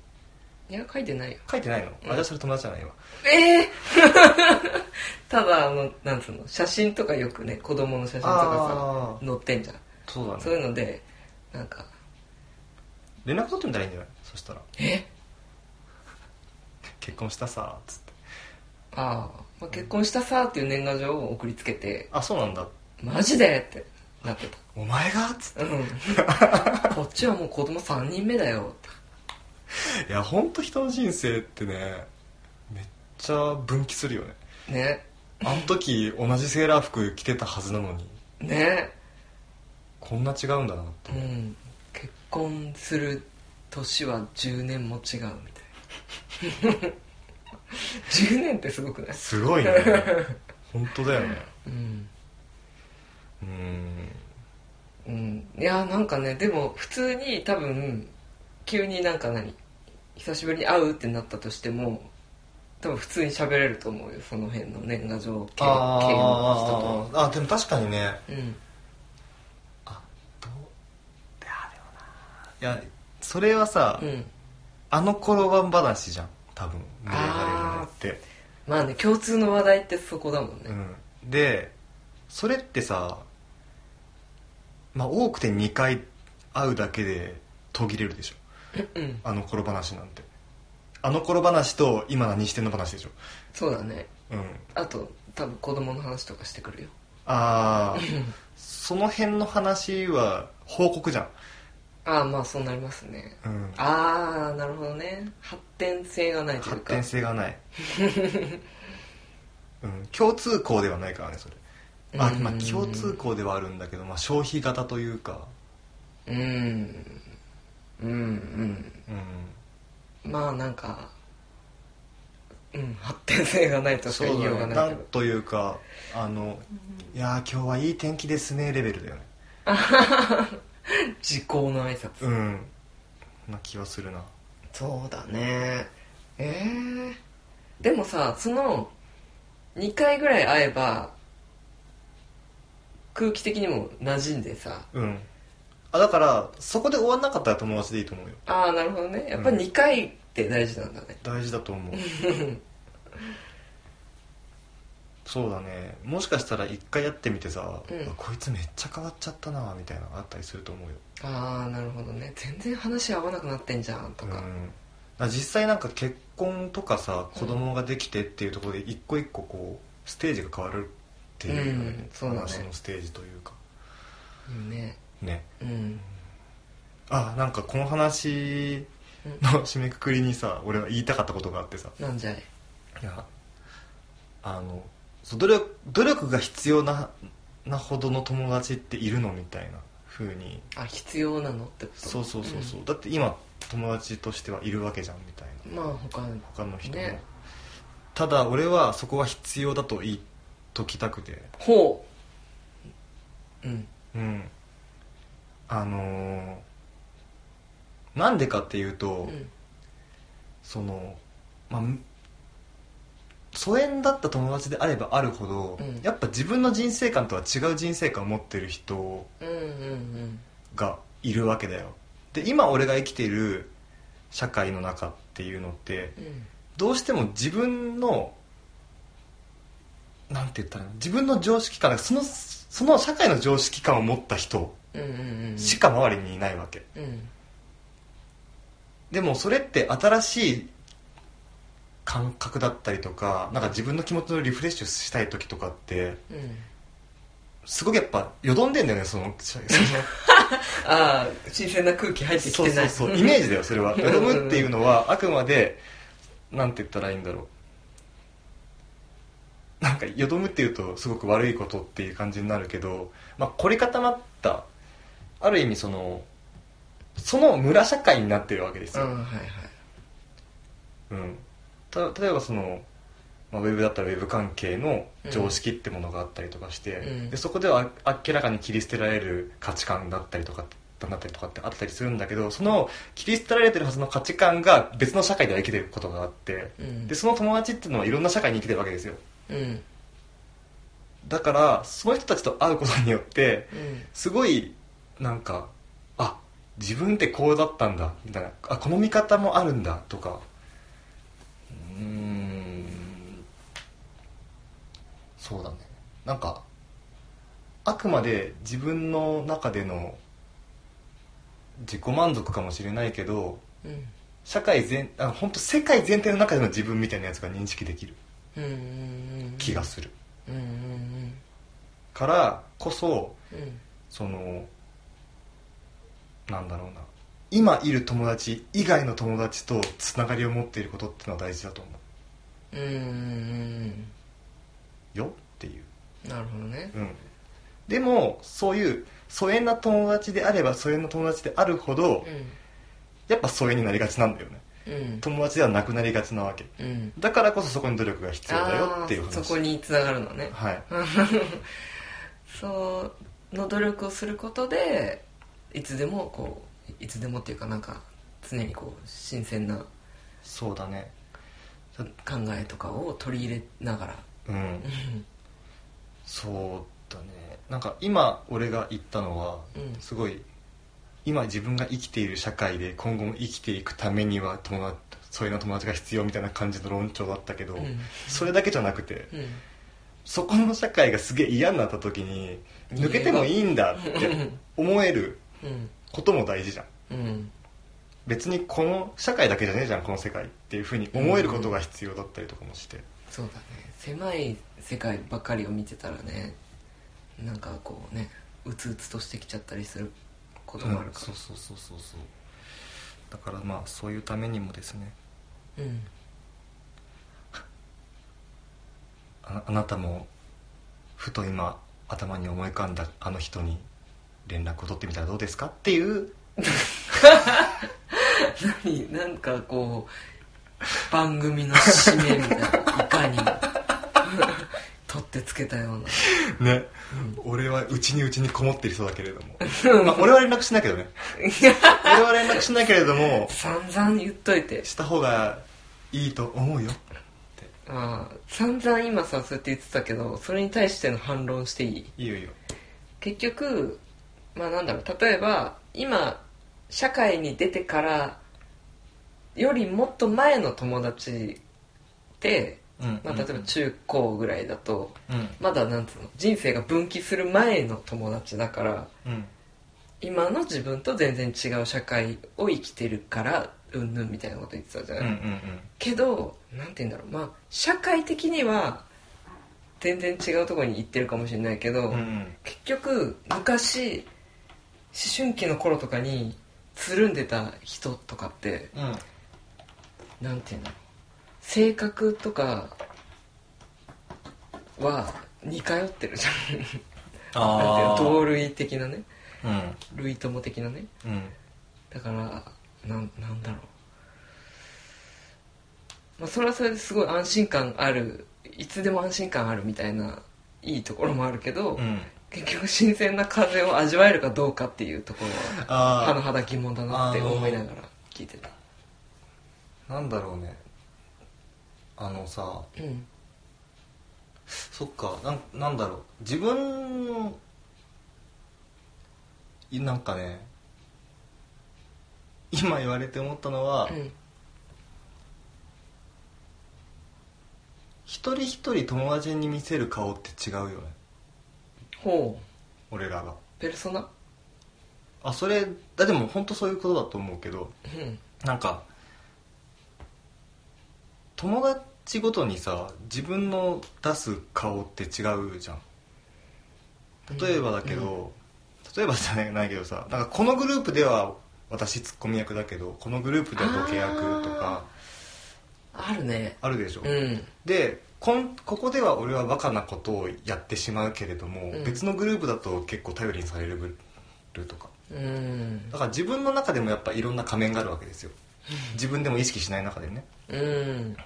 Speaker 1: いや書いてないよ
Speaker 2: 書いてないの、
Speaker 1: うん
Speaker 2: あじゃあそれ友達じゃないわ
Speaker 1: ええ ただあのなんつうの写真とかよくね子供の写真とか
Speaker 2: あ
Speaker 1: さ載ってんじゃん
Speaker 2: ーそうだね
Speaker 1: そういうのでなんか
Speaker 2: 連絡取ってみたらいいんじゃないそしたら
Speaker 1: え
Speaker 2: 結婚したさっつって
Speaker 1: ああ、まあ、結婚したさーっていう年賀状を送りつけて
Speaker 2: あそうなんだ
Speaker 1: マジでってなってた
Speaker 2: お前がっつっ
Speaker 1: うん こっちはもう子供3人目だよって
Speaker 2: ていや本当人の人生ってねめっちゃ分岐するよね
Speaker 1: ね
Speaker 2: あの時同じセーラー服着てたはずなのに
Speaker 1: ね
Speaker 2: こんな違うんだなって、
Speaker 1: うん結婚する年は10年も違うみたいな 10年ってすごくない
Speaker 2: すごい ね本当だよね
Speaker 1: うん
Speaker 2: うーん
Speaker 1: うんいやなんかねでも普通に多分急になんか何久しぶりに会うってなったとしても多分普通に喋れると思うよその辺の年賀状系系の人
Speaker 2: あーあーでも確かにね
Speaker 1: とうん
Speaker 2: あどういやでもないやそれはさ、
Speaker 1: うん
Speaker 2: あの頃は話じゃん多分盛り上がれるの
Speaker 1: あ
Speaker 2: って
Speaker 1: まあね共通の話題ってそこだもんね
Speaker 2: うん、でそれってさ、まあ、多くて2回会うだけで途切れるでしょ
Speaker 1: うん
Speaker 2: あの頃話なんてあの頃話と今何してんの話でしょ
Speaker 1: そうだね
Speaker 2: うん
Speaker 1: あと多分子供の話とかしてくるよ
Speaker 2: ああ その辺の話は報告じゃん、
Speaker 1: ああまあそうなりますね
Speaker 2: うん、
Speaker 1: ああなるほどね発展性がないという
Speaker 2: 発
Speaker 1: か
Speaker 2: 展性 がない、うん、共通項ではないからねそれあ
Speaker 1: うん
Speaker 2: まあ共通項ではあるんだけど、まあ、消費型というか
Speaker 1: うんうんうん
Speaker 2: うん
Speaker 1: まあなんかうん発展性がないとしか言いようが
Speaker 2: な
Speaker 1: ないけ
Speaker 2: ん
Speaker 1: ど
Speaker 2: というかあの「いやー今日はいい天気ですね」レベルだよね
Speaker 1: 時効の挨拶
Speaker 2: うんな気はするな
Speaker 1: そうだねええでもさその2回ぐらい会えば空気的にも馴染んでさ
Speaker 2: うんあだからそこで終わんなかったら友達でいいと思うよ
Speaker 1: ああなるほどねやっぱ
Speaker 2: うん
Speaker 1: 2回って大事なんだね
Speaker 2: 大事だと思うそうだねもしかしたら一回やってみてさ、
Speaker 1: うん
Speaker 2: あこいつめっちゃ変わっちゃったなみたいなのあったりすると思うよ
Speaker 1: ああなるほどね全然話合わなくなってんじゃんと
Speaker 2: うん、だ
Speaker 1: か、
Speaker 2: から実際なんか結婚とかさ子供ができてっていうところで一個一個こうステージが変わるっていうよ
Speaker 1: うんそうだね
Speaker 2: 話のステージというか
Speaker 1: ね
Speaker 2: ね
Speaker 1: うん
Speaker 2: あなんかこの話の締めくくりにさ俺は言いたかったことがあってさ
Speaker 1: なんじゃい
Speaker 2: いやあのそう努力努力が必要ななほどの友達っているのみたいなふうに
Speaker 1: あ必要なのってこと
Speaker 2: そうそうそうそう、だって今友達としてはいるわけじゃんみたいな
Speaker 1: うんまあ他に
Speaker 2: 他の人も、
Speaker 1: ね
Speaker 2: ただ俺はそこは必要だと言いときたくて
Speaker 1: ほううん
Speaker 2: うんあのーなんでかっていう
Speaker 1: う
Speaker 2: と、
Speaker 1: ん
Speaker 2: そのまあむ疎遠だった友達であればあるほど、
Speaker 1: うん
Speaker 2: やっぱ自分の人生観とは違う人生観を持ってる人
Speaker 1: うんうん
Speaker 2: がいるわけだよで今俺が生きてる社会の中っていうのって
Speaker 1: うんうん
Speaker 2: どうしても自分のなんて言ったらいいの自分の常識観そのその社会の常識観を持った人
Speaker 1: うんうんうん
Speaker 2: しか周りにいないわけ、
Speaker 1: うん
Speaker 2: でもそれって新しい感覚だったりとかなんか自分の気持ちのリフレッシュしたい時とかって
Speaker 1: うん
Speaker 2: すごくやっぱよどんでんだよねその その
Speaker 1: ああ新鮮な空気入ってき
Speaker 2: そう
Speaker 1: て
Speaker 2: そ
Speaker 1: な
Speaker 2: う
Speaker 1: い
Speaker 2: そうイメージだよそれはよどむっていうのはあくまでなんて言ったらいいんだろうなんかよどむっていうとすごく悪いことっていう感じになるけど、まあ、凝り固まったある意味そのその村社会になってるわけです
Speaker 1: あ
Speaker 2: よ、
Speaker 1: はいはい
Speaker 2: うん、た例えばその、まあ、ウェブだったらウェブ関係の常識ってものがあったりとかして、
Speaker 1: うん
Speaker 2: でそこではあ明らかに切り捨てられる価値観だったりとかだったりとかってあったりするんだけどその切り捨てられてるはずの価値観が別の社会では生きてることがあって
Speaker 1: うん
Speaker 2: でその友達っていうのはいろんな社会に生きてるわけですよ
Speaker 1: うんうん
Speaker 2: だからその人たちと会うことによってすごいなんかあ自分ってこうだったんだみたいなあこの見方もあるんだとかうーんそうだねなんかあくまで自分の中での自己満足かもしれないけど
Speaker 1: うん
Speaker 2: 社会全あ本当世界全体の中での自分みたいなやつが認識できる
Speaker 1: うんうんうん
Speaker 2: 気がする、
Speaker 1: うんうんうん
Speaker 2: からこそ
Speaker 1: うん
Speaker 2: そのなんだろうな今いる友達以外の友達とつながりを持っていることってのは大事だと思
Speaker 1: うんうんうん
Speaker 2: うよっていう、
Speaker 1: うんなるほどね
Speaker 2: うん、でもそういう疎遠な友達であれば疎遠な友達であるほどやっぱ疎遠になりがちなんだよね
Speaker 1: うんうん
Speaker 2: 友達ではなくなりがちなわけ
Speaker 1: うん
Speaker 2: だからこそそこに努力が必要だよっていう
Speaker 1: あー
Speaker 2: 話
Speaker 1: そこにつながるのね
Speaker 2: はい
Speaker 1: その努力をすることでいつでもこういつでもっていうかなんか常にこう新鮮な
Speaker 2: そうだね
Speaker 1: 考えとかを取り入れながら
Speaker 2: うん
Speaker 1: うん
Speaker 2: そうだねなんか今俺が言ったのは、
Speaker 1: うん
Speaker 2: すごい今自分が生きている社会で今後も生きていくためには友達そういうの友達が必要みたいな感じの論調だったけど、
Speaker 1: うん
Speaker 2: それだけじゃなくて
Speaker 1: うん
Speaker 2: そこの社会がすげえ嫌になった時に抜けてもいいんだって思える
Speaker 1: うん
Speaker 2: ことも大事じゃ
Speaker 1: う
Speaker 2: ん
Speaker 1: ん
Speaker 2: 別にこの社会だけじゃねえじゃんこの世界っていうふうに思えることが必要だったりとかもして、
Speaker 1: そうだね狭い世界ばっかりを見てたらねなんかこうねうつうつとしてきちゃったりすることもあるか
Speaker 2: そうそうそうそうそうだからまあそういうためにもですね
Speaker 1: らうん
Speaker 2: ああなたもふと今頭に思い浮かんだあの人に連絡を取ってみたらどうですかっていう
Speaker 1: 何なんかこう番組の締めみたいないかにも 取ってつけたような
Speaker 2: ね、俺はうちにうちにこもってる人だけれどもまあ俺は連絡しないけどね俺は連絡しないけれども
Speaker 1: 散々言っといて
Speaker 2: した方がいいと思うよって
Speaker 1: ああ散々今さそうやって言ってたけどそれに対しての反論していい
Speaker 2: いいよいいよ
Speaker 1: 結局まあなんだろう例えば今社会に出てからよりもっと前の友達って、
Speaker 2: うん
Speaker 1: まあ、例えば中高ぐらいだと、
Speaker 2: うん
Speaker 1: まだなんつうの人生が分岐する前の友達だから
Speaker 2: うん
Speaker 1: 今の自分と全然違う社会を生きてるからうんぬんみたいなこと言ってたじゃ
Speaker 2: うん
Speaker 1: な
Speaker 2: う
Speaker 1: い、
Speaker 2: ん
Speaker 1: けどなんて言うんだろうまあ社会的には全然違うところに行ってるかもしれないけど、
Speaker 2: うんうんうん
Speaker 1: 結局昔思春期の頃とかにつるんでた人とかって
Speaker 2: うん
Speaker 1: なんて言うんだろう性格とかは似通ってるじゃんなんていうの
Speaker 2: ああ
Speaker 1: 同類的なね
Speaker 2: うん
Speaker 1: 類友的なね
Speaker 2: うん
Speaker 1: だからなんなんだろう、まあ、それはそれですごい安心感あるいつでも安心感あるみたいないいところもあるけど、
Speaker 2: うん
Speaker 1: 結局新鮮な風を味わえるかどうかっていうところは
Speaker 2: ああ
Speaker 1: 甚だ疑問だなって思いながら聞いてた
Speaker 2: なんだろうねあのさ
Speaker 1: うん
Speaker 2: そっかなんなんだろう自分のいなんかね今言われて思ったのは、
Speaker 1: うん
Speaker 2: 一人一人友達に見せる顔って違うよね
Speaker 1: ほ
Speaker 2: 俺らが
Speaker 1: うペルソナ
Speaker 2: あそれだでも本当そういうことだと思うけど
Speaker 1: うん
Speaker 2: なんか友達ごとにさ自分の出す顔って違うじゃん例えばだけど、例えばじゃないけどさなんかこのグループでは私ツッコミ役だけどこのグループではボケ役とか
Speaker 1: あるね
Speaker 2: あるでしょ、
Speaker 1: うん
Speaker 2: でこんここでは俺はバカなことをやってしまうけれども、
Speaker 1: うん
Speaker 2: 別のグループだと結構頼りにされるグループとか
Speaker 1: うん
Speaker 2: だから自分の中でもやっぱいろんな仮面があるわけですよ自分でも意識しない中でね
Speaker 1: うん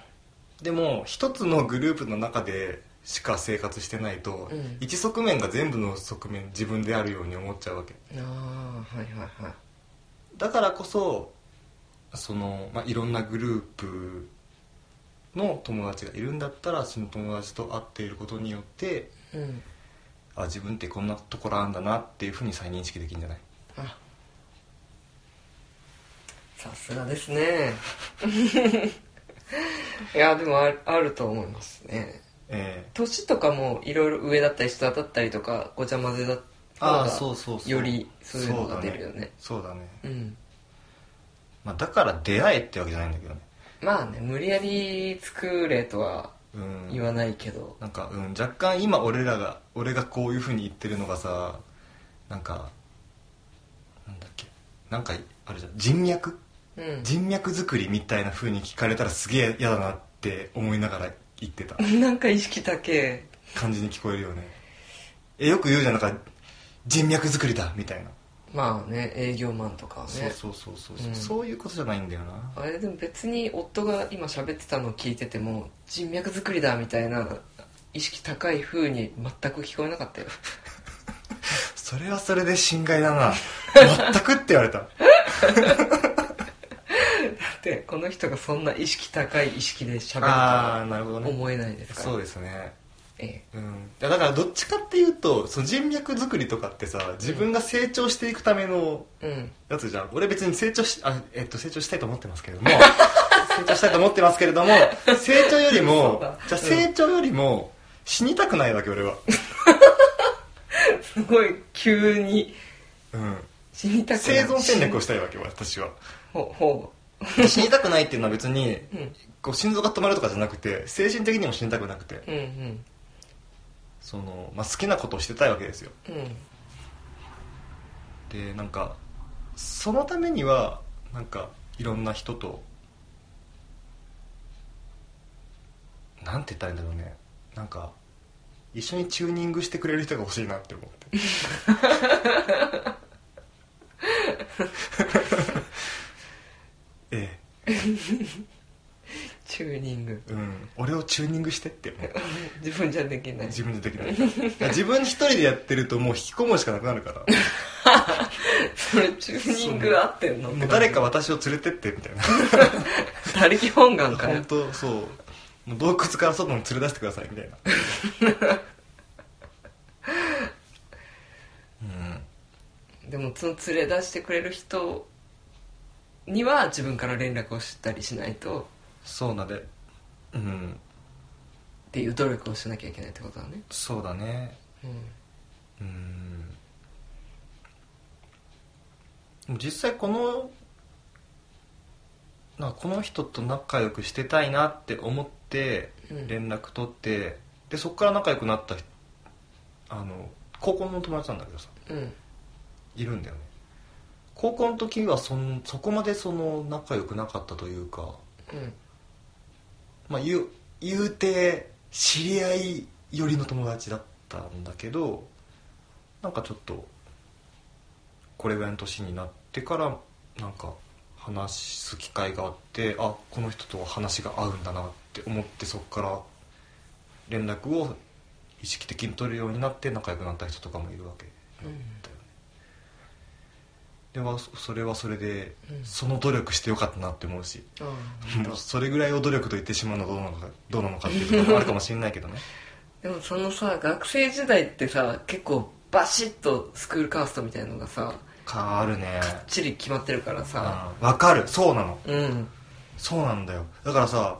Speaker 2: でも一つのグループの中でしか生活してないと、
Speaker 1: うん
Speaker 2: 一側面が全部の側面自分であるように思っちゃうわけ
Speaker 1: ああはいはいはい
Speaker 2: だからこそその、まあ、いろんなグループの友達がいるんだったらその友達と会っていることによって
Speaker 1: うん
Speaker 2: あ自分ってこんなところあるんだなっていうふうに再認識できるんじゃない
Speaker 1: あさすがです ねいやでもあるあると思いますね
Speaker 2: え
Speaker 1: 年とかもいろいろ上だったり下だったりとかごちゃ混ぜだった
Speaker 2: あ
Speaker 1: 方
Speaker 2: あ
Speaker 1: が
Speaker 2: そうそうそう
Speaker 1: よりそういうのが出るよね
Speaker 2: そうだねそうだね、
Speaker 1: うん
Speaker 2: まあ、だから出会えってわけじゃないんだけどね
Speaker 1: まあね無理やり作れとは
Speaker 2: うん
Speaker 1: 言わないけど、
Speaker 2: なんか、うん、若干今俺らが俺がこういうふうに言ってるのがさなんかなんだっけなんかあるじゃん人脈
Speaker 1: うん、
Speaker 2: 人脈作りみたいな風に聞かれたらすげえ嫌だなって思いながら言ってた
Speaker 1: なんか意識だけ
Speaker 2: 感じに聞こえるよ ねえよく言うじゃんなんか人脈作りだみたいな、
Speaker 1: まあね営業マンとかはね
Speaker 2: そうそうそうそうそう、
Speaker 1: うん
Speaker 2: そういうことじゃないんだよな
Speaker 1: あれでも別に夫が今喋ってたのを聞いてても人脈作りだみたいな意識高い風に全く聞こえなかったよ
Speaker 2: それはそれで心外だ な全くって言われた
Speaker 1: だってこの人がそんな意識高い意識で喋ると
Speaker 2: ああ
Speaker 1: は
Speaker 2: なるほどね
Speaker 1: 思えないですから
Speaker 2: そうですね
Speaker 1: え
Speaker 2: うん、だからどっちかっていうとその人脈作りとかってさ自分が成長していくための
Speaker 1: えうん
Speaker 2: やつじゃん俺別に成長しあ、えっと、成長したいと思ってますけれ ども成長したいと思ってますけれども成長より
Speaker 1: そう
Speaker 2: も
Speaker 1: だ
Speaker 2: じゃあ
Speaker 1: うん
Speaker 2: 成長よりも死にたくないわけ俺は、
Speaker 1: すごい急に
Speaker 2: うん、
Speaker 1: 死にたくない
Speaker 2: 生存戦略をしたいわけ私は
Speaker 1: ほほ
Speaker 2: 死にたくないっていうのは別に
Speaker 1: ううん
Speaker 2: こう心臓が止まるとかじゃなくて精神的にも死にたくなくて
Speaker 1: うんうん
Speaker 2: その、まあ、好きなことをしてたいわけですよ
Speaker 1: うん
Speaker 2: でなんかそのためにはなんかいろんな人となんて言ったらいいんだろうねなんか一緒にチューニングしてくれる人が欲しいなって思ってえ
Speaker 1: チューニング
Speaker 2: えうん俺をチューニングしてって思う
Speaker 1: 自分じゃできない
Speaker 2: 自分でできない自分一人でやってるともう引きこもるしかなくなるから
Speaker 1: それチューニング合ってんの
Speaker 2: もう誰か私を連れてってみたいな
Speaker 1: 他力本願か
Speaker 2: 本
Speaker 1: よ
Speaker 2: 当そうもう洞窟から外に連れ出してくださいみたいなうん
Speaker 1: でもその連れ出してくれる人には自分から連絡をしたりしないと
Speaker 2: そうなんでうん
Speaker 1: っていう努力をしなきゃいけないってことだね、
Speaker 2: そうだね
Speaker 1: うん、
Speaker 2: うんでも実際このなんかこの人と仲良くしてたいなって思って
Speaker 1: うん
Speaker 2: 連絡取って、でそこから仲良くなった人あの高校の友達なんだけどさ
Speaker 1: うん
Speaker 2: いるんだよね高校の時はそんそこまでその仲良くなかったというか
Speaker 1: うん
Speaker 2: まあ言う言うて知り合い寄りの友達だったんだけどなんかちょっとこれぐらいの年になってからなんか話す機会があってあこの人と話が合うんだなって思ってそこから連絡を意識的に取るようになって仲良くなった人とかもいるわけだよねではそそれはそれで、
Speaker 1: うん
Speaker 2: その努力してよかったなって思うし、
Speaker 1: あ
Speaker 2: もうそれぐらいを努力と言ってしまうのはどうなのかどうなのかっていうところもあるかもしれないけどね
Speaker 1: でもそのさ学生時代ってさ結構バシッとスクールカーストみたいのがさ
Speaker 2: かあるね
Speaker 1: ばっちり決まってるからさ
Speaker 2: うんわかるそうなの
Speaker 1: うん
Speaker 2: そうなんだよだからさ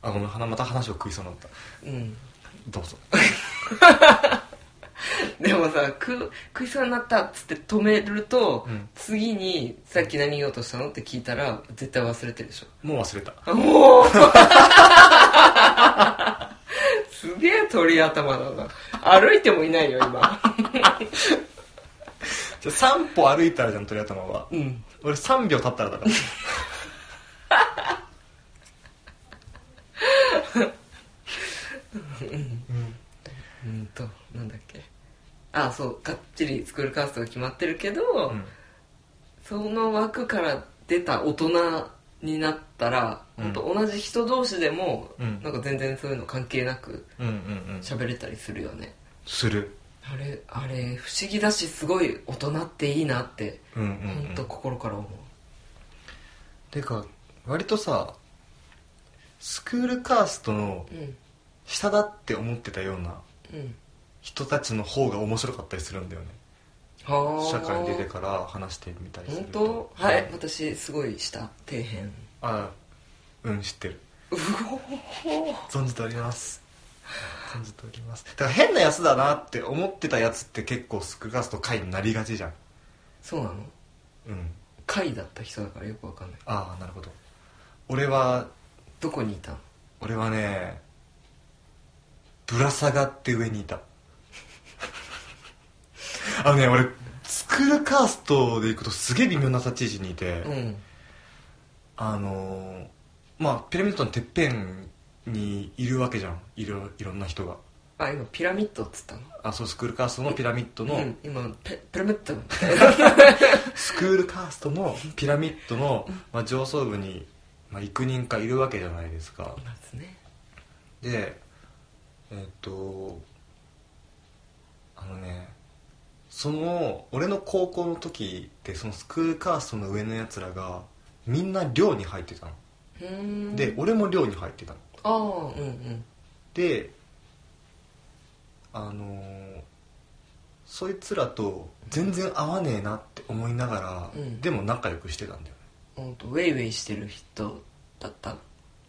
Speaker 2: あごめんはなまた話を食いそうになった
Speaker 1: うん
Speaker 2: どうぞ
Speaker 1: でもさ食食いそうになったっつって止めると、
Speaker 2: うん
Speaker 1: 次にさっき何言おうとしたのって聞いたら絶対忘れてるでしょ
Speaker 2: もう忘れた
Speaker 1: おおすげえ鳥頭だな歩いてもいないよ今
Speaker 2: じゃ3歩歩いたらじゃん鳥頭は
Speaker 1: うん
Speaker 2: 俺3秒経ったらだから
Speaker 1: うんとなんだっけあそうがっちりスクールカーストが決まってるけど、
Speaker 2: うん
Speaker 1: その枠から出た大人になったら、
Speaker 2: うん
Speaker 1: ほんと同じ人同士でも、
Speaker 2: うん
Speaker 1: なんか全然そういうの関係なく
Speaker 2: うんうんうん
Speaker 1: 喋れたりするよね
Speaker 2: する
Speaker 1: あれあれ不思議だしすごい大人っていいなって
Speaker 2: うんうん、うん、
Speaker 1: 本当心から思う、
Speaker 2: てか割とさスクールカーストの
Speaker 1: うん
Speaker 2: 下だって思ってたような
Speaker 1: うん
Speaker 2: 人たちの方が面白かったりするんだよね
Speaker 1: はあ
Speaker 2: 社会に出てから話してみたりする
Speaker 1: 本
Speaker 2: と
Speaker 1: 当はい、
Speaker 2: うん
Speaker 1: 私すごい下底辺
Speaker 2: あうん知ってる
Speaker 1: うおー
Speaker 2: 存じております存じておりますだから変なやつだなって思ってたやつって結構スクールカースト会になりがちじゃん
Speaker 1: そうなの
Speaker 2: うん
Speaker 1: 会だった人だからよくわかんない
Speaker 2: ああなるほど俺は
Speaker 1: どこにいたの
Speaker 2: 俺はねぶら下がって上に いたあのね俺スクールカーストで行くとすげえ微妙な立ち位置にいて、
Speaker 1: うん
Speaker 2: あのーまあピラミッドのてっぺんにいるわけじゃんいろいろんな人が
Speaker 1: あ今ピラミッドっつったの
Speaker 2: あそうスクールカーストのピラミッドの、
Speaker 1: うん、今ペピラミッド
Speaker 2: スクールカーストのピラミッドの、まあ、上層部に、まあ、幾人かいるわけじゃないですか
Speaker 1: いますね
Speaker 2: でえっとあのねその俺の高校の時ってそのスクールカーストの上のやつらがみんな寮に入ってたの、
Speaker 1: うーん
Speaker 2: で俺も寮に入ってたの
Speaker 1: ああうんうん
Speaker 2: であのーそいつらと全然合わねえなって思いながら、
Speaker 1: うん
Speaker 2: でも仲良くしてたんだよね
Speaker 1: ほんとウェイウェイしてる人だったの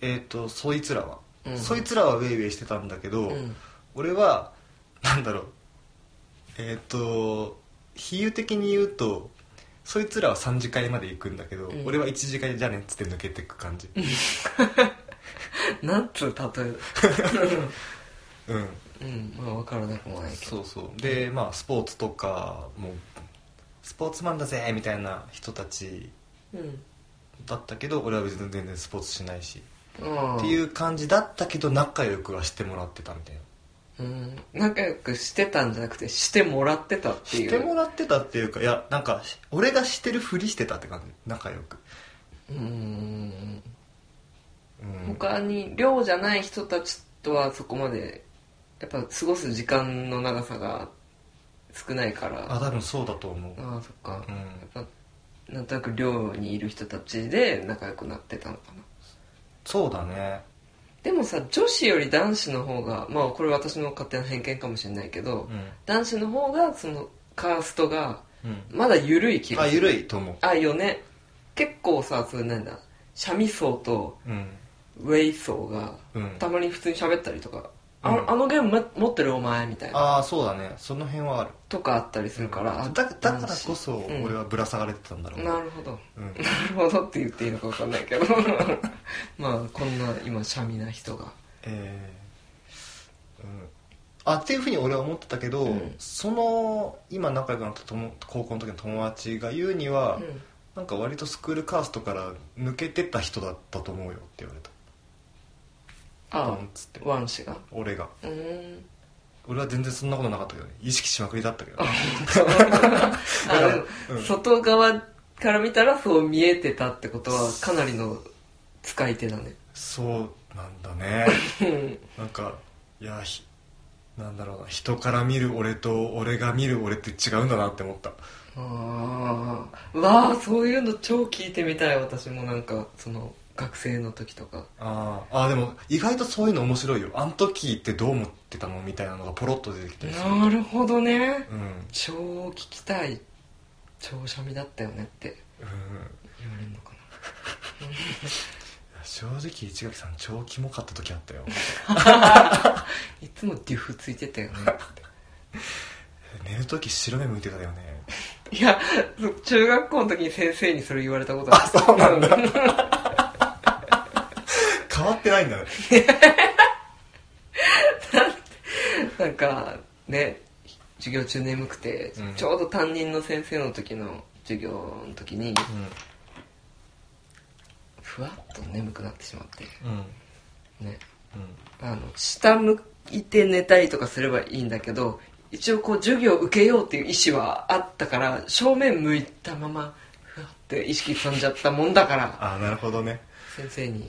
Speaker 2: えっ、とそいつらは、
Speaker 1: うん
Speaker 2: そいつらはウェイウェイしてたんだけど、
Speaker 1: うん
Speaker 2: 俺はなんだろうえっ、と比喩的に言うとそいつらは3次会まで行くんだけど、
Speaker 1: うん
Speaker 2: 俺は1次会じゃねっつって抜けてく感じ
Speaker 1: なんつう例
Speaker 2: うん、
Speaker 1: え うんまあ分からなくもないけど
Speaker 2: そうそうでまあスポーツとかもスポーツマンだぜみたいな人たち
Speaker 1: うん
Speaker 2: だったけど俺は別に全然スポーツしないし、
Speaker 1: ああ
Speaker 2: っていう感じだったけど仲良くはしてもらってたみたいな
Speaker 1: うん仲良くしてたんじゃなくてしてもらってたってい
Speaker 2: し
Speaker 1: う
Speaker 2: てもらってたっていうかいやなんか俺がしてるふりしてたって感じ仲良く、
Speaker 1: うーん
Speaker 2: うん、
Speaker 1: 他に寮じゃない人たちとはそこまでやっぱ過ごす時間の長さが少ないから
Speaker 2: あ多分そうだと思う
Speaker 1: ああそっか、
Speaker 2: うん
Speaker 1: やっぱなんとなく寮にいる人たちで仲良くなってたのかな
Speaker 2: そうだね
Speaker 1: でもさ女子より男子の方がまあこれ私の勝手な偏見かもしれないけど、
Speaker 2: う
Speaker 1: 男子の方がそのカーストが
Speaker 2: ん、
Speaker 1: まだ緩い気
Speaker 2: あ
Speaker 1: がする
Speaker 2: 緩いと思
Speaker 1: あよね結構さそういうなんだ三味層と
Speaker 2: ううん
Speaker 1: ウェイ層が
Speaker 2: うん
Speaker 1: たまに普通に喋ったりとか、あ
Speaker 2: うん
Speaker 1: あのゲームま持ってるお前みたいな
Speaker 2: ああそうだねその辺はある
Speaker 1: とかあったりするから、あ
Speaker 2: だだからこそ
Speaker 1: うん
Speaker 2: 俺はぶら下がれてたんだろう
Speaker 1: なるほど
Speaker 2: うん
Speaker 1: なるほどって言っていいのか分かんないけど まあこんな今シャミな人が
Speaker 2: えーうんあっていうふうに俺は思ってたけど、
Speaker 1: うん
Speaker 2: その今仲良くなった友高校の時の友達が言うには、
Speaker 1: うん
Speaker 2: なんか割とスクールカーストから抜けてた人だったと思うよって言われた
Speaker 1: あ
Speaker 2: ドンっつって
Speaker 1: あワン氏が
Speaker 2: 俺が
Speaker 1: うーん
Speaker 2: 俺は全然そんなことなかったけどね意識しまくり だったけどね
Speaker 1: あ
Speaker 2: ら
Speaker 1: でも
Speaker 2: うん
Speaker 1: 外側から見たらそう見えてたってことはかなりの使い手だね
Speaker 2: そうなんだねなんかいやひなんだろうな人から見る俺と俺が見る俺って違うんだなって思った
Speaker 1: ああわあそういうの超聞いてみたい私もなんかその学生の時とか
Speaker 2: あーあーでも意外とそういうの面白いよあの時ってどう思ってたのみたいなのがポロッと出てきたりする
Speaker 1: なるほどね
Speaker 2: うん、うん、
Speaker 1: 超聞きたい超シャミだったよねって言われるのかな
Speaker 2: 正直市垣さん超キモかった時あったよ
Speaker 1: いつもデュフついてたよね
Speaker 2: 寝る時白目向いてたよね
Speaker 1: いやそう中学校の時に先生にそれ言われたことある
Speaker 2: そうなんだ変わってないんだね
Speaker 1: なんかね授業中眠くて、
Speaker 2: うん
Speaker 1: ちょうど担任の先生の時の授業の時にふわっと眠くなってしまって
Speaker 2: うんうん
Speaker 1: ね
Speaker 2: うん
Speaker 1: あの下向いて寝たりとかすればいいんだけど一応こう授業を受けようっていう意思はあったから正面向いたままふわって意識飛んじゃったもんだから
Speaker 2: ああなるほどね
Speaker 1: 先生に
Speaker 2: い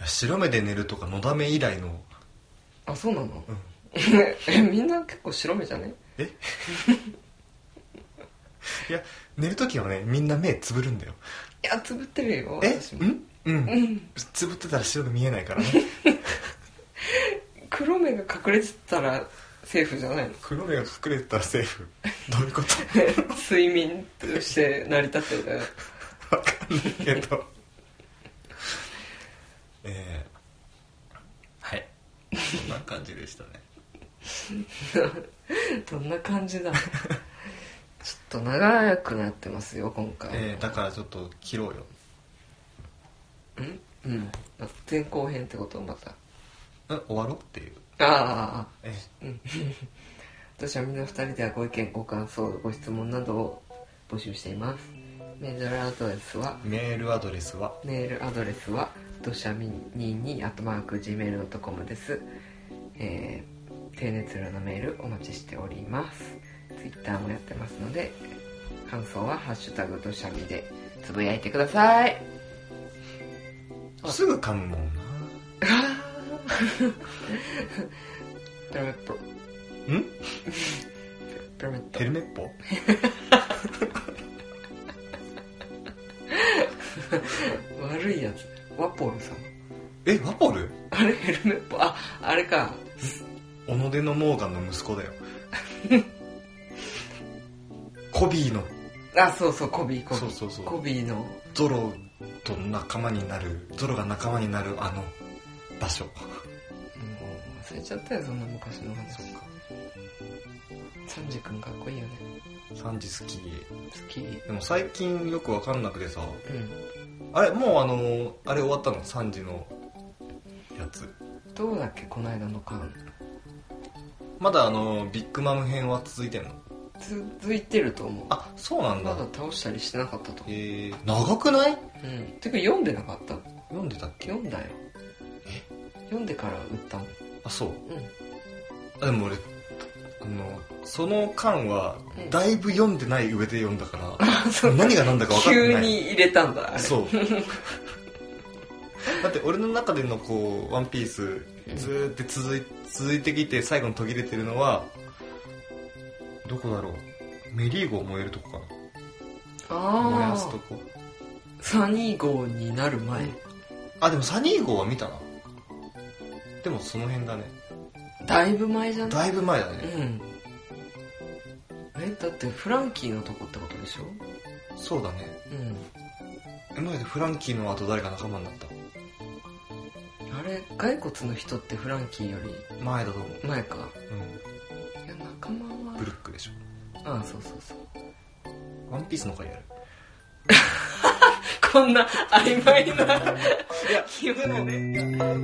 Speaker 2: や白目で寝るとかのだめ以来の
Speaker 1: 「あそうなの
Speaker 2: う?ん」
Speaker 1: えみんな結構白目じゃね
Speaker 2: えいや寝る時はねみんな目つぶるんだよ
Speaker 1: いやつぶってるよ
Speaker 2: え
Speaker 1: 私も
Speaker 2: うんうんつぶってたら白目見えない からね
Speaker 1: 黒目が隠れてたらセーフじゃないの
Speaker 2: 黒目が隠れてたらセーフどういうこと
Speaker 1: 睡眠として成り立ってるから
Speaker 2: わかんないけどえー、はいそんな感じでしたね
Speaker 1: どんな感じだ ちょっと長くなってますよ今回、
Speaker 2: えー、だからちょっと切ろうよ
Speaker 1: うんうん前後編ってことまた
Speaker 2: うん終わろうっていう
Speaker 1: ああ
Speaker 2: え
Speaker 1: 私はみんな2人ではご意見ご感想ご質問などを募集していますメールアドレスは
Speaker 2: ーメールアドレスは
Speaker 1: メールアドレスはどしゃみ22 gmail.com です、えー、低熱量のメールお待ちしておりますツイッターもやってますので感想は「ハッシュタグどしゃみ」でつぶやいてください
Speaker 2: すぐ噛むもんな
Speaker 1: ペロメット
Speaker 2: ん
Speaker 1: ペロメット
Speaker 2: ヘルメッポ
Speaker 1: 悪いやつワポルさん
Speaker 2: えワポル
Speaker 1: あれヘルメットああれか
Speaker 2: 小野出のモーガンの息子だ よコビーの
Speaker 1: あそうそうコビーコビー
Speaker 2: そうそうそう
Speaker 1: コビーの
Speaker 2: ゾロと仲間になるゾロが仲間になるあの場所
Speaker 1: もう忘れちゃったよそんな昔の話
Speaker 2: そうか
Speaker 1: サンジ君かっこいいよね
Speaker 2: サンジ好き
Speaker 1: 好き
Speaker 2: でも最近よくわかんなくてさ
Speaker 1: うん
Speaker 2: あれもうあのあれ終わったのサンジのやつ
Speaker 1: どうだっけこの間の間
Speaker 2: まだあのビッグマム編は続いてんの
Speaker 1: 続いてると思う
Speaker 2: あそうなん
Speaker 1: ま
Speaker 2: だ
Speaker 1: だ倒したりしてなかったと思
Speaker 2: えー、長くないう
Speaker 1: うんてか読んでなかった
Speaker 2: 読んでたっけ
Speaker 1: 読んだよ読んでから売ったの
Speaker 2: あそう
Speaker 1: うん
Speaker 2: あでも俺あのその間はだいぶ読んでない上で読んだから、 何が何だか分かって
Speaker 1: 急
Speaker 2: ない
Speaker 1: に入れたんだあれ
Speaker 2: そう だって俺の中でのこう「ワンピースずーって続い続いてきて最後に途切れてるのはどこだろうメリーゴ燃えるとこかな燃
Speaker 1: あ
Speaker 2: やすと
Speaker 1: あ
Speaker 2: こ
Speaker 1: サニー号になる前
Speaker 2: あでもサニー号は見たなでもその辺だね
Speaker 1: だいぶ前じゃない
Speaker 2: だいぶ前だ
Speaker 1: う
Speaker 2: ね
Speaker 1: んえだってフランキーのとこってことでしょ
Speaker 2: そうだね
Speaker 1: うん
Speaker 2: えマジでフランキーの後誰が仲間になった
Speaker 1: あれ骸骨の人ってフランキーよ
Speaker 2: 前だと思う、
Speaker 1: り前か
Speaker 2: う
Speaker 1: いや仲間
Speaker 2: ん、ブ
Speaker 1: は
Speaker 2: ルックでしょ
Speaker 1: ああそうそうそう
Speaker 2: ワンピースの回やる
Speaker 1: こんな曖 昧な記憶
Speaker 2: でも
Speaker 1: ね
Speaker 2: ね